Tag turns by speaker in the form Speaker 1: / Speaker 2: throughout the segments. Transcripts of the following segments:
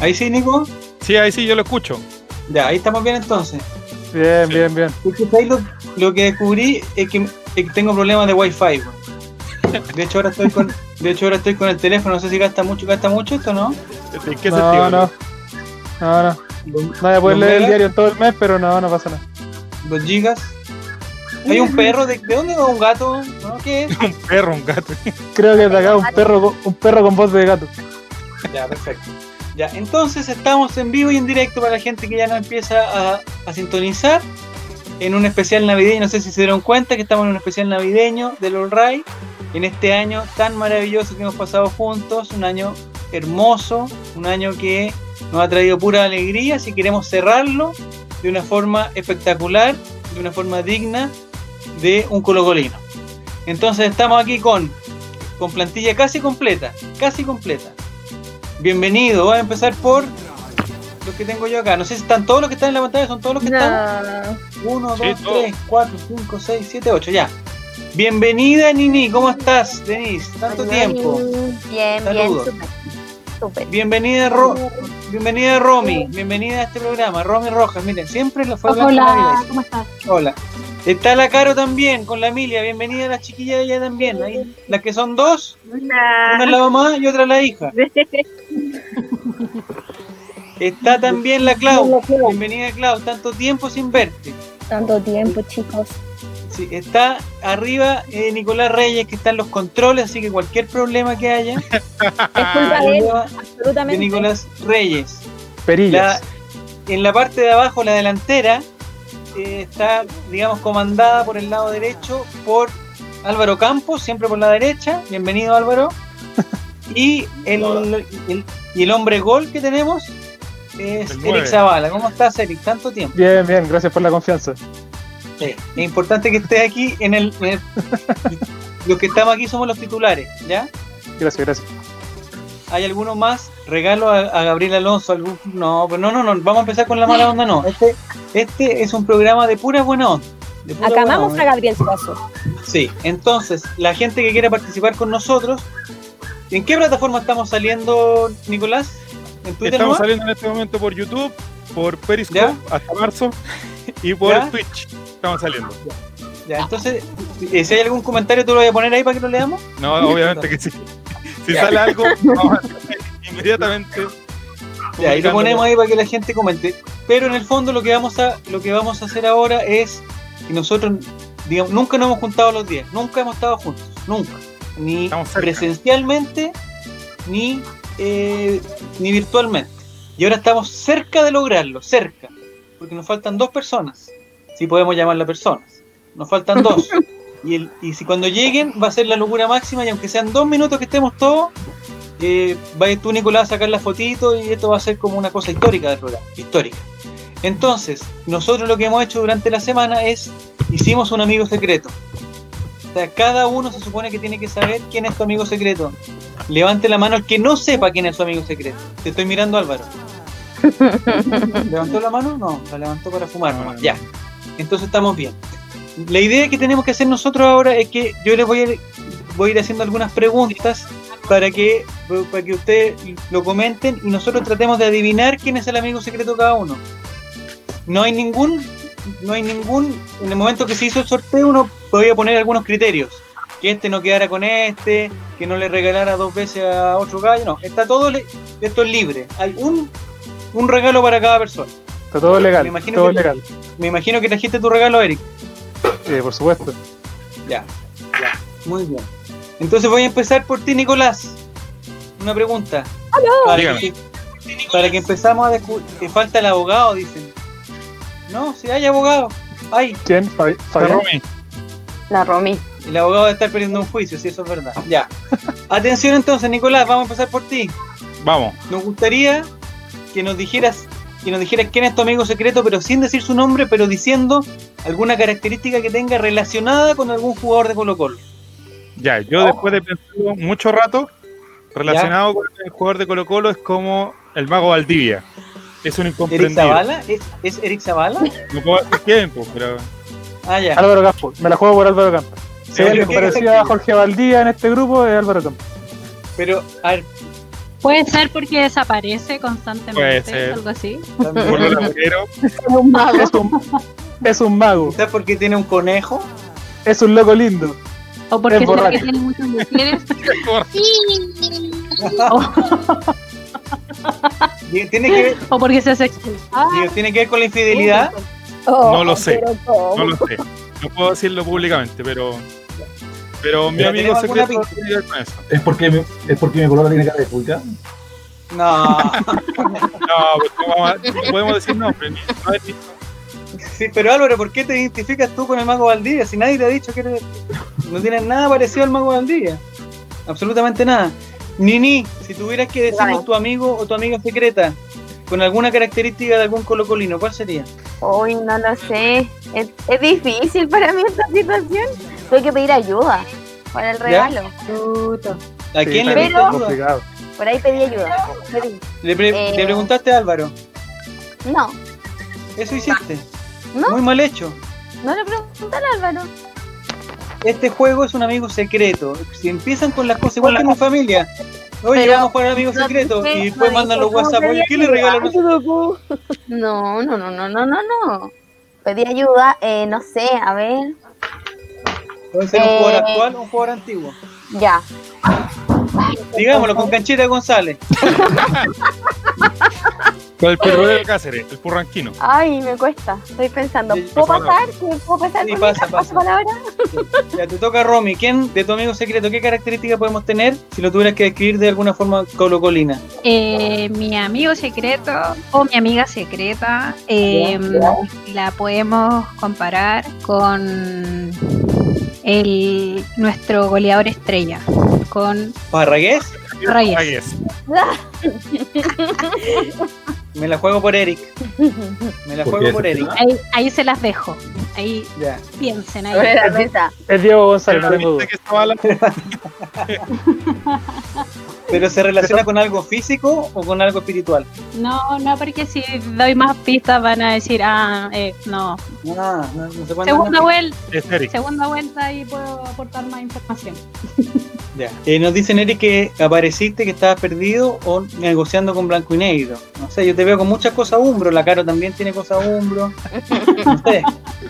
Speaker 1: Ahí sí, Nico.
Speaker 2: Sí, ahí sí, yo lo escucho.
Speaker 1: Ya, ahí estamos bien entonces.
Speaker 3: Bien, bien, bien.
Speaker 1: Es que ahí lo, lo que descubrí es que, es que tengo problemas de wifi. weón. De hecho ahora estoy con, de hecho ahora estoy con el teléfono, no sé si gasta mucho, gasta mucho esto, ¿no?
Speaker 2: ¿En qué
Speaker 3: No,
Speaker 2: sentido?
Speaker 3: no. No, no.
Speaker 1: Dos-
Speaker 3: No voy a
Speaker 1: ¿Los
Speaker 3: poder leer el
Speaker 1: megas?
Speaker 3: diario todo el mes, pero no, no pasa nada.
Speaker 1: Dos gigas. Hay un perro, ¿de, de dónde va un gato? ¿No? ¿Qué es?
Speaker 2: Un perro, un gato.
Speaker 3: Creo que de acá un perro, con- un perro con voz de gato.
Speaker 1: Ya, perfecto. Ya, entonces estamos en vivo y en directo para la gente que ya nos empieza a, a sintonizar en un especial navideño. No sé si se dieron cuenta que estamos en un especial navideño del All Right. En este año tan maravilloso que hemos pasado juntos, un año hermoso, un año que nos ha traído pura alegría. Si queremos cerrarlo de una forma espectacular, de una forma digna de un colocolino. Entonces estamos aquí con, con plantilla casi completa, casi completa. Bienvenido, voy a empezar por los que tengo yo acá. No sé si están todos los que están en la pantalla, son todos los que están.
Speaker 4: No.
Speaker 1: 1,
Speaker 2: Sí,
Speaker 1: 2,
Speaker 2: todos.
Speaker 1: 3, 4, 5, 6, 7, 8, ya. Bienvenida Nini, ¿cómo estás, Denise? Tanto tiempo.
Speaker 4: Bien,
Speaker 1: Saludos.
Speaker 4: bien, súper. Súper.
Speaker 1: Bienvenida Ro bienvenida Romy, bienvenida a este programa, Romy Rojas, miren, siempre Pues la fue hablando
Speaker 5: Hola,
Speaker 1: Navidad.
Speaker 5: ¿cómo estás?
Speaker 1: Hola. Está la Caro también, con la Emilia, bienvenida a las chiquillas de ella también. Ahí, las que son dos, una es la mamá y otra es la hija. Está también la Clau, bienvenida Clau, tanto tiempo sin verte.
Speaker 4: Tanto tiempo, chicos.
Speaker 1: Sí, está arriba eh, Nicolás Reyes que está en los controles, así que cualquier problema que haya,
Speaker 4: Es culpa de él,
Speaker 1: arriba Ah, de
Speaker 4: absolutamente.
Speaker 1: Nicolás Reyes. La-
Speaker 3: Perillas.
Speaker 1: en la parte de abajo, la delantera, eh, está, digamos, comandada por el lado derecho por Álvaro Campos, siempre por la derecha. Bienvenido, Álvaro. Y el, el- y el hombre gol que tenemos es
Speaker 2: El nueve.
Speaker 1: Eric Zavala. ¿Cómo estás, Eric? Tanto tiempo.
Speaker 3: Bien, bien, gracias por la confianza.
Speaker 1: Sí, Es importante que estés aquí en el. en el- los que estamos aquí somos los titulares, ¿ya?
Speaker 3: Gracias, gracias.
Speaker 1: ¿Hay alguno más? Regalo a, a Gabriel Alonso. Algún, no, pero no, no, no. Vamos a empezar con la mala onda, no. Este, este es un programa de pura buena onda. de pura buena
Speaker 4: Acabamos
Speaker 1: onda.
Speaker 4: a Gabriel Suazo.
Speaker 1: Sí, entonces, la gente que quiera participar con nosotros, ¿en qué plataforma estamos saliendo, Nicolás? ¿En Twitter nomás?
Speaker 2: Estamos saliendo en este momento por YouTube, por Periscope
Speaker 1: ¿Ya?
Speaker 2: hasta marzo y por
Speaker 1: ¿Ya?
Speaker 2: Twitch. Estamos saliendo.
Speaker 1: Ya, entonces, eh, si hay algún comentario, tú lo voy a poner ahí para que lo leamos.
Speaker 2: No, obviamente que sí. Si
Speaker 1: Ya.
Speaker 2: sale algo, vamos a hacer inmediatamente.
Speaker 1: Ya, ahí lo
Speaker 2: publicándolo.
Speaker 1: ponemos ahí para que la gente comente. Pero en el fondo lo que vamos a, lo que vamos a hacer ahora es que nosotros digamos, nunca nos hemos juntado los 10, nunca hemos estado juntos, nunca. Ni
Speaker 2: Estamos cerca.
Speaker 1: presencialmente, ni, eh, ni virtualmente. Y ahora estamos cerca de lograrlo, cerca. Porque nos faltan dos personas, si podemos llamarlas personas. Nos faltan dos. Y, el- y si cuando lleguen va a ser la locura máxima y aunque sean dos minutos que estemos todos, eh, vaya tú Nicolás a sacar la fotito y esto va a ser como una cosa histórica del programa, histórica. Entonces, nosotros lo que hemos hecho durante la semana es, hicimos un amigo secreto. O sea, cada uno se supone que tiene que saber quién es tu amigo secreto. Levante la mano el que no sepa quién es su amigo secreto. Te estoy mirando, Álvaro. ¿Levantó la mano? No, la levantó para fumar. nomás. Ya. Entonces estamos bien. La idea que tenemos que hacer nosotros ahora es que yo les voy a ir, voy a ir haciendo algunas preguntas para que, para que ustedes lo comenten y nosotros tratemos de adivinar quién es el amigo secreto de cada uno. No hay ningún, no hay ningún, en el momento que se hizo el sorteo uno podía poner algunos criterios. Que este no quedara con este, que no le regalara dos veces a otro gallo, no. Está todo, li- esto es libre. Hay un, un regalo para cada persona.
Speaker 3: Está todo legal,
Speaker 1: Me imagino
Speaker 3: todo
Speaker 1: que-
Speaker 3: legal.
Speaker 1: Me imagino que trajiste tu regalo, Eric.
Speaker 3: Eh, por supuesto.
Speaker 1: Ya, ya, muy bien. Entonces voy a empezar por ti, Nicolás. Una pregunta. Para
Speaker 2: Dígame.
Speaker 1: que, para que empezamos a descubrir. Te falta el abogado, dicen. No, si hay abogado. Ay,
Speaker 3: ¿Quién? Fabi- Fabián.
Speaker 2: Romy,
Speaker 5: La Romy.
Speaker 1: el abogado está perdiendo un juicio, si eso es verdad. Ya. Atención entonces, Nicolás, vamos a empezar por ti.
Speaker 2: Vamos.
Speaker 1: Nos gustaría que nos dijeras que nos dijeras quién es tu amigo secreto, pero sin decir su nombre, pero diciendo alguna característica que tenga relacionada con algún jugador de Colo Colo.
Speaker 2: Ya, yo después de pensarlo mucho rato, relacionado con el jugador de Colo Colo, es como el mago Valdivia. Es un
Speaker 1: ¿Eric
Speaker 2: incomprendido.
Speaker 1: Zavala? ¿Es, es Eric Zavala?
Speaker 2: No puedo hacer tiempo, pero
Speaker 1: Ah, ya.
Speaker 3: Álvaro Campo, me la juego por Álvaro Campo. Si
Speaker 1: Pero
Speaker 3: alguien
Speaker 1: ¿qué- qué-
Speaker 3: parecía a Jorge Valdía en este grupo, es Álvaro Campo.
Speaker 1: Pero, a ver,
Speaker 5: Puede ser porque desaparece constantemente,
Speaker 2: Puede ser.
Speaker 5: algo así.
Speaker 2: por
Speaker 1: también.
Speaker 2: lo laborero,
Speaker 4: Como un
Speaker 1: Ah.
Speaker 4: mago.
Speaker 3: Es un, es un mago,
Speaker 1: Quizás porque tiene un conejo.
Speaker 3: es un loco lindo.
Speaker 5: O porque
Speaker 3: Es
Speaker 5: es que
Speaker 3: borracho.
Speaker 5: tiene muchas mujeres.
Speaker 1: Digo, Tiene que ver,
Speaker 5: o porque se hace
Speaker 6: Ah.
Speaker 5: expulsar.
Speaker 1: digo, tiene que ver con la infidelidad.
Speaker 4: Oh,
Speaker 2: No lo sé,
Speaker 4: pero ¿cómo?
Speaker 2: no lo sé. No puedo decirlo públicamente, pero. Pero mi
Speaker 1: Pero
Speaker 2: amigo
Speaker 1: tenemos alguna
Speaker 2: secreto
Speaker 1: pista.
Speaker 2: tiene que ver con eso.
Speaker 7: ¿Es porque, mi- es porque mi color tiene cara de pulga?
Speaker 1: No,
Speaker 2: No, pues, ¿cómo vamos a- no podemos decir nombre. ni- no es-
Speaker 1: sí, pero Álvaro, ¿por qué te identificas tú con el mago Valdivia? Si nadie te ha dicho que eres- no tienes nada parecido al mago Valdivia. Absolutamente nada. Nini, si tuvieras que decirnos tu amigo o tu amiga secreta con alguna característica de algún colocolino, ¿cuál sería?
Speaker 6: Uy, no lo sé. Es, es difícil para mí esta situación. Tuve que pedir ayuda para el regalo.
Speaker 5: Puto.
Speaker 1: ¿A
Speaker 3: Sí,
Speaker 1: quién le
Speaker 3: pero
Speaker 1: pediste
Speaker 6: Pero-
Speaker 1: ayuda?
Speaker 3: complicado.
Speaker 6: Por ahí pedí ayuda. Pedí.
Speaker 1: Le, pre-
Speaker 6: Eh.
Speaker 1: le preguntaste a Álvaro.
Speaker 6: No,
Speaker 1: Eso hiciste.
Speaker 6: ¿No?
Speaker 1: Muy mal hecho.
Speaker 6: no le pregunté al Álvaro.
Speaker 1: Este juego es un amigo secreto. Si empiezan con las cosas igual que en mi familia. Oye,
Speaker 6: Pero
Speaker 1: vamos a jugar a amigo
Speaker 6: no
Speaker 1: secreto.
Speaker 6: dije-
Speaker 1: Y después
Speaker 6: no
Speaker 1: mandan
Speaker 6: dije
Speaker 1: los
Speaker 6: cómo
Speaker 1: WhatsApp. Oye,
Speaker 6: pedí
Speaker 1: ¿qué le
Speaker 6: ayuda.
Speaker 1: regalan?
Speaker 6: No, no, no, no, no, no, no. Pedí ayuda, eh, no sé, a ver.
Speaker 1: Puede ser un jugador
Speaker 6: Eh.
Speaker 1: actual o un jugador antiguo.
Speaker 6: Ya.
Speaker 1: Digámoslo con Canchita González.
Speaker 2: Con el perro de Cáceres, el purranquino.
Speaker 6: Ay, me cuesta. Estoy pensando,
Speaker 1: Sí,
Speaker 6: ¿puedo
Speaker 2: pasa
Speaker 6: pasar? ¿Sí, ¿Puedo pasar?
Speaker 1: Sí,
Speaker 6: con
Speaker 1: pasa,
Speaker 6: esta? ¿Paso
Speaker 1: pasa.
Speaker 6: palabra?
Speaker 1: Ya te toca Romy. ¿Quién de tu amigo secreto? ¿Qué característica podemos tener si lo tuvieras que describir de alguna forma colocolina?
Speaker 5: Eh, mi amigo secreto o mi amiga secreta eh, la podemos comparar con el nuestro goleador estrella, con
Speaker 1: ¿Parragués?
Speaker 5: Reyes.
Speaker 2: Reyes.
Speaker 4: Ah.
Speaker 1: Me la juego por Eric. Me la
Speaker 7: ¿Por
Speaker 1: juego
Speaker 7: qué? ¿Ah?
Speaker 1: por Eric.
Speaker 5: Ahí, ahí se las dejo. Ahí
Speaker 1: Ya.
Speaker 5: piensen, ahí.
Speaker 6: Sobre la mesa.
Speaker 3: Es Diego González,
Speaker 2: Pero
Speaker 3: no
Speaker 2: la
Speaker 3: tengo
Speaker 2: viste
Speaker 3: duda.
Speaker 2: que esa bala-
Speaker 1: ¿Pero se relaciona con algo físico o con algo espiritual?
Speaker 5: No, no, porque si doy más pistas van a decir, ah, eh, no.
Speaker 1: Ah, no, no se puede
Speaker 5: Segunda
Speaker 1: andar.
Speaker 5: vuelta,
Speaker 2: Es Eric.
Speaker 5: segunda vuelta y puedo aportar más información.
Speaker 1: Ya. Eh, nos dicen, Eric, que apareciste, que estabas perdido o negociando con blanco y negro. No sé, yo te veo con muchas cosas umbro. La Caro también tiene cosas umbro. No sé.
Speaker 3: No,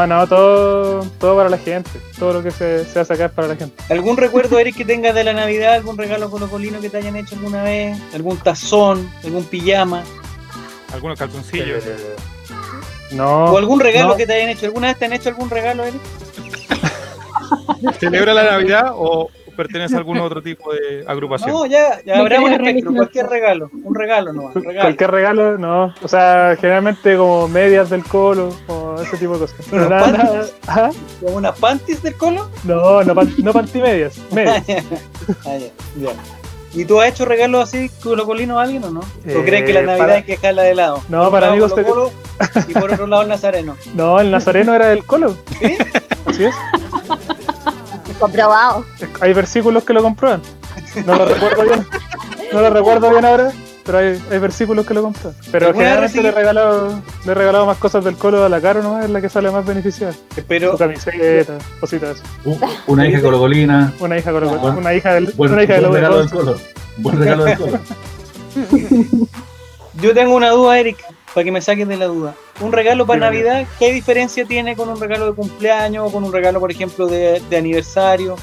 Speaker 3: Ah, no, todo, todo para la gente. Todo lo que se, se hace acá es para la gente.
Speaker 1: ¿Algún recuerdo, Eric, que tengas de la Navidad? ¿Algún regalo colocolino que te hayan hecho alguna vez? ¿Algún tazón? ¿Algún pijama?
Speaker 2: Algunos calzoncillos.
Speaker 3: No.
Speaker 1: ¿O algún regalo
Speaker 3: no.
Speaker 1: que te hayan hecho? ¿Alguna vez te han hecho algún regalo, Eric?
Speaker 2: ¿Celebra la Navidad o pertenece a algún otro tipo de agrupación?
Speaker 1: No, ya, ya
Speaker 5: Me
Speaker 1: abramos el
Speaker 5: quedé
Speaker 1: espectro.
Speaker 5: religioso.
Speaker 1: Cualquier regalo. Un regalo nomás.
Speaker 3: Cu-
Speaker 1: Regalo.
Speaker 3: Cualquier regalo, no. O sea, generalmente como medias del colo o ese tipo de cosas.
Speaker 1: Pero
Speaker 3: Pero nada,
Speaker 1: panties.
Speaker 3: nada- ajá.
Speaker 1: ¿Como unas panties del colo?
Speaker 3: No, no, pan- no pantimedias. Medias.
Speaker 1: Ah, ya, ya. ¿Y tú has hecho regalos así colocolinos a alguien o no? ¿O
Speaker 3: Eh,
Speaker 1: crees que la Navidad
Speaker 3: para-
Speaker 1: hay que dejarla de lado?
Speaker 3: No,
Speaker 1: Por
Speaker 3: para
Speaker 1: un
Speaker 3: amigos
Speaker 1: lado Colo-Colo Y por otro lado el Nazareno.
Speaker 3: No, el nazareno era del colo.
Speaker 1: ¿Sí?
Speaker 3: Así es.
Speaker 6: Comprobado.
Speaker 3: Hay versículos que lo comprueban. No lo recuerdo bien. No lo recuerdo bien ahora, pero hay, hay versículos que lo comprueban. Pero
Speaker 1: ¿Alguna vez
Speaker 3: generalmente le he, regalado, le he regalado más cosas del colo a la cara nomás, es la que sale más beneficiada.
Speaker 1: Pero,
Speaker 3: O camisetas, cositas.
Speaker 7: Un- Una hija cologolina.
Speaker 3: Una hija, con
Speaker 1: Ah.
Speaker 3: una hija del
Speaker 7: Buen,
Speaker 3: una hija del
Speaker 7: buen
Speaker 3: Lobo de
Speaker 7: regalo del
Speaker 3: Conce.
Speaker 7: color. Buen regalo del color.
Speaker 1: yo tengo una duda, Eric, para que me saques de la duda. Un regalo para
Speaker 3: Dime.
Speaker 1: Navidad, ¿qué diferencia tiene con un regalo de cumpleaños o con un regalo, por ejemplo, de, de aniversario?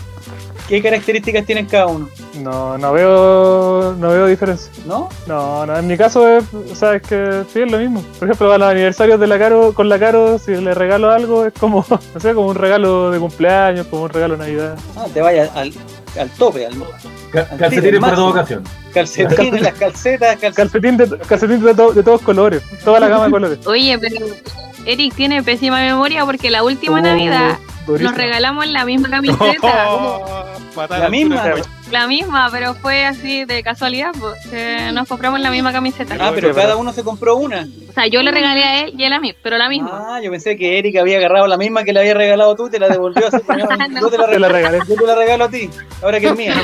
Speaker 1: ¿Qué características tienen cada uno?
Speaker 3: No, no veo, no veo diferencia.
Speaker 1: ¿No?
Speaker 3: No, no, en mi caso es, o sea, es que sí es lo mismo. Por ejemplo, a los aniversarios de la Caro, con la Caro, si le regalo algo, es como, no sé, como un regalo de cumpleaños, como un regalo de Navidad.
Speaker 1: Ah, te vayas al, al tope, al
Speaker 7: Ca- Calcetines para toda ocasión.
Speaker 1: calcetín, las calcetas, calcetas.
Speaker 3: Calcetín de, calcetín de, to- de todos colores, toda la gama de colores.
Speaker 5: Oye, pero Eric tiene pésima memoria porque la última
Speaker 3: Oh,
Speaker 5: Navidad
Speaker 3: durísimo.
Speaker 5: nos regalamos la misma camiseta.
Speaker 2: Oh, patada
Speaker 1: La
Speaker 2: al
Speaker 1: misma.
Speaker 2: altura del cuello.
Speaker 5: La misma, pero fue así de casualidad, pues, eh, nos compramos la misma camiseta.
Speaker 1: Ah, pero cada uno se compró una.
Speaker 5: O sea, yo le regalé a él y él a mí, pero la misma.
Speaker 1: Ah, yo pensé que Erika había agarrado la misma que le había regalado tú y te la devolvió así. como,
Speaker 5: No.
Speaker 1: Yo te la
Speaker 3: Te
Speaker 1: regalo,
Speaker 3: la regalé.
Speaker 1: yo te la regalo a ti, ahora que es mía.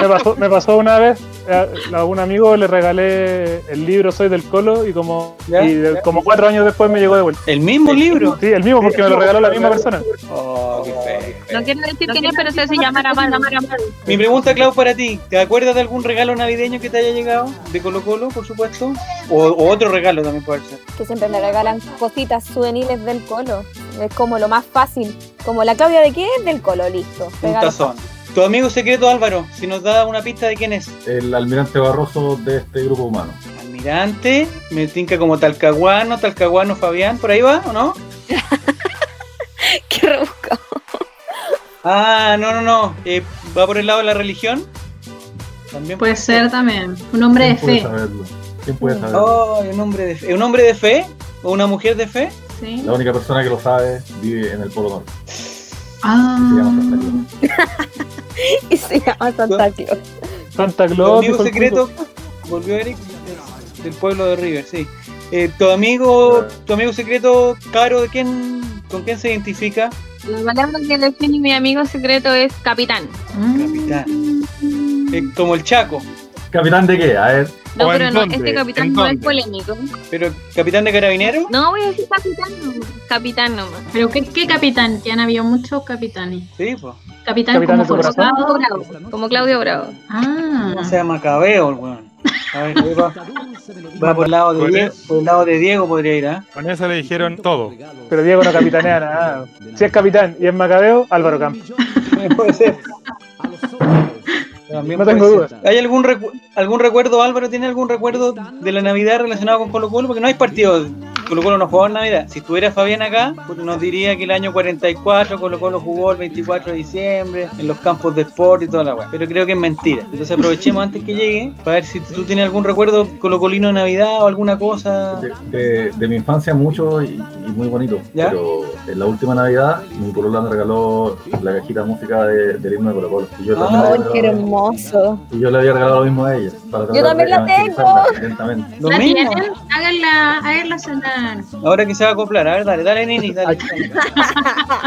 Speaker 3: Me pasó, me pasó una vez, a, a un amigo le regalé el libro Soy del Colo y como,
Speaker 1: Ya,
Speaker 3: y de-
Speaker 1: ya.
Speaker 3: como cuatro años después me llegó de vuelta.
Speaker 1: El mismo libro.
Speaker 3: Sí, el mismo, porque me lo regaló la misma persona.
Speaker 1: Oh, qué feo.
Speaker 5: No quiero decir quién es, pero usted se llamará mal.
Speaker 1: Mi pregunta, Clau, para ti. ¿Te acuerdas de algún regalo navideño que te haya llegado? De Colo Colo, por supuesto. O, o otro regalo también puede ser.
Speaker 4: que siempre me regalan cositas souvenirs del colo. Es como lo más fácil. Como la Claudia de qué es del colo, listo.
Speaker 1: Un
Speaker 4: Regalo.
Speaker 1: tazón. Tu amigo secreto Álvaro, si nos da una pista de quién es.
Speaker 7: El almirante Barroso de este grupo humano.
Speaker 1: Almirante, me tinca como Talcahuano, Talcahuano Fabián, por ahí va, ¿o no?
Speaker 6: Qué rebuscado.
Speaker 1: Ah, no, no, no. eh, va por el lado de la religión. También
Speaker 8: Puede ser también. Un hombre de
Speaker 7: ¿Quién puede
Speaker 8: fe.
Speaker 7: saberlo? ¿Quién
Speaker 6: Mm.
Speaker 7: puede saberlo?
Speaker 1: Oh, un hombre de fe. ¿Un hombre de fe? ¿O una mujer de fe?
Speaker 8: ¿sí?
Speaker 7: La única persona que lo sabe vive en el Polo Norte. Se
Speaker 8: Ah,
Speaker 7: llama Santa Claus.
Speaker 4: Y se llama Santa Claus.
Speaker 3: Santa
Speaker 1: Tu
Speaker 3: Claus.
Speaker 1: amigo
Speaker 3: dijo el
Speaker 1: secreto. Volvió Eric del- del pueblo de River, sí. Eh, tu amigo, tu amigo secreto, Caro, ¿de quién, ¿con quién se identifica?
Speaker 5: La palabra que le define mi amigo secreto es capitán.
Speaker 8: mm,
Speaker 1: Capitán. Eh, como el Chaco,
Speaker 7: ¿Capitán de qué? A ver.
Speaker 5: No,
Speaker 2: ¿O en
Speaker 5: pero no,
Speaker 2: dónde?
Speaker 5: este capitán
Speaker 2: ¿En
Speaker 5: no es pues.
Speaker 2: dónde?
Speaker 5: polémico.
Speaker 1: pero capitán de carabinero.
Speaker 5: No, voy a decir capitán nomás. Capitán nomás.
Speaker 8: pero ¿qué, qué capitán? Que han habido muchos capitanes.
Speaker 1: Sí, pues.
Speaker 8: Capitán,
Speaker 3: Capitán
Speaker 8: como
Speaker 3: de tu corazón.
Speaker 8: forzado.
Speaker 5: Como Claudio Bravo, Como Claudio Bravo.
Speaker 8: Ah,
Speaker 1: No sea macabeo el weón. A ver, ahí va, va por el lado de Diego, por el lado de Diego podría ir, ¿ah?
Speaker 2: Con eso le dijeron todo.
Speaker 3: Pero Diego no capitanea nada. Si es capitán y es Macabeo, Álvaro Campos.
Speaker 1: Puede ser. También
Speaker 3: No tengo
Speaker 1: puede ser. ¿Hay algún, recu- algún recuerdo, Álvaro, tiene algún recuerdo de la Navidad relacionado con Colo Colo? Porque no hay partido. Colo Colo no jugó en Navidad. Si estuviera Fabián acá, pues nos diría que el año 44 Colo Colo jugó el 24 de diciembre en los campos de sport y toda la weá. Pero creo que es mentira. Entonces aprovechemos antes que llegue para ver si tú tienes algún recuerdo colocolino de Navidad Ah, o alguna cosa.
Speaker 7: De, de- de mi infancia mucho y, y muy bonito.
Speaker 1: ¿Ya?
Speaker 7: Pero en la última Navidad mi polola me regaló la cajita de música de- del himno de Colo Colo. Y yo, también
Speaker 1: Ah,
Speaker 7: le
Speaker 4: Ay,
Speaker 7: había
Speaker 4: qué
Speaker 7: regalado-
Speaker 4: hermoso.
Speaker 7: y yo le había regalado lo mismo a ella. para tratar
Speaker 4: también
Speaker 7: de
Speaker 4: la tengo.
Speaker 7: evangelizarla lentamente.
Speaker 1: Lo
Speaker 8: ¿La
Speaker 1: mismo.
Speaker 8: tienen? Háganla, háganla sonar.
Speaker 1: Ahora que se va a acoplar. A ver, dale, dale, Nini, dale.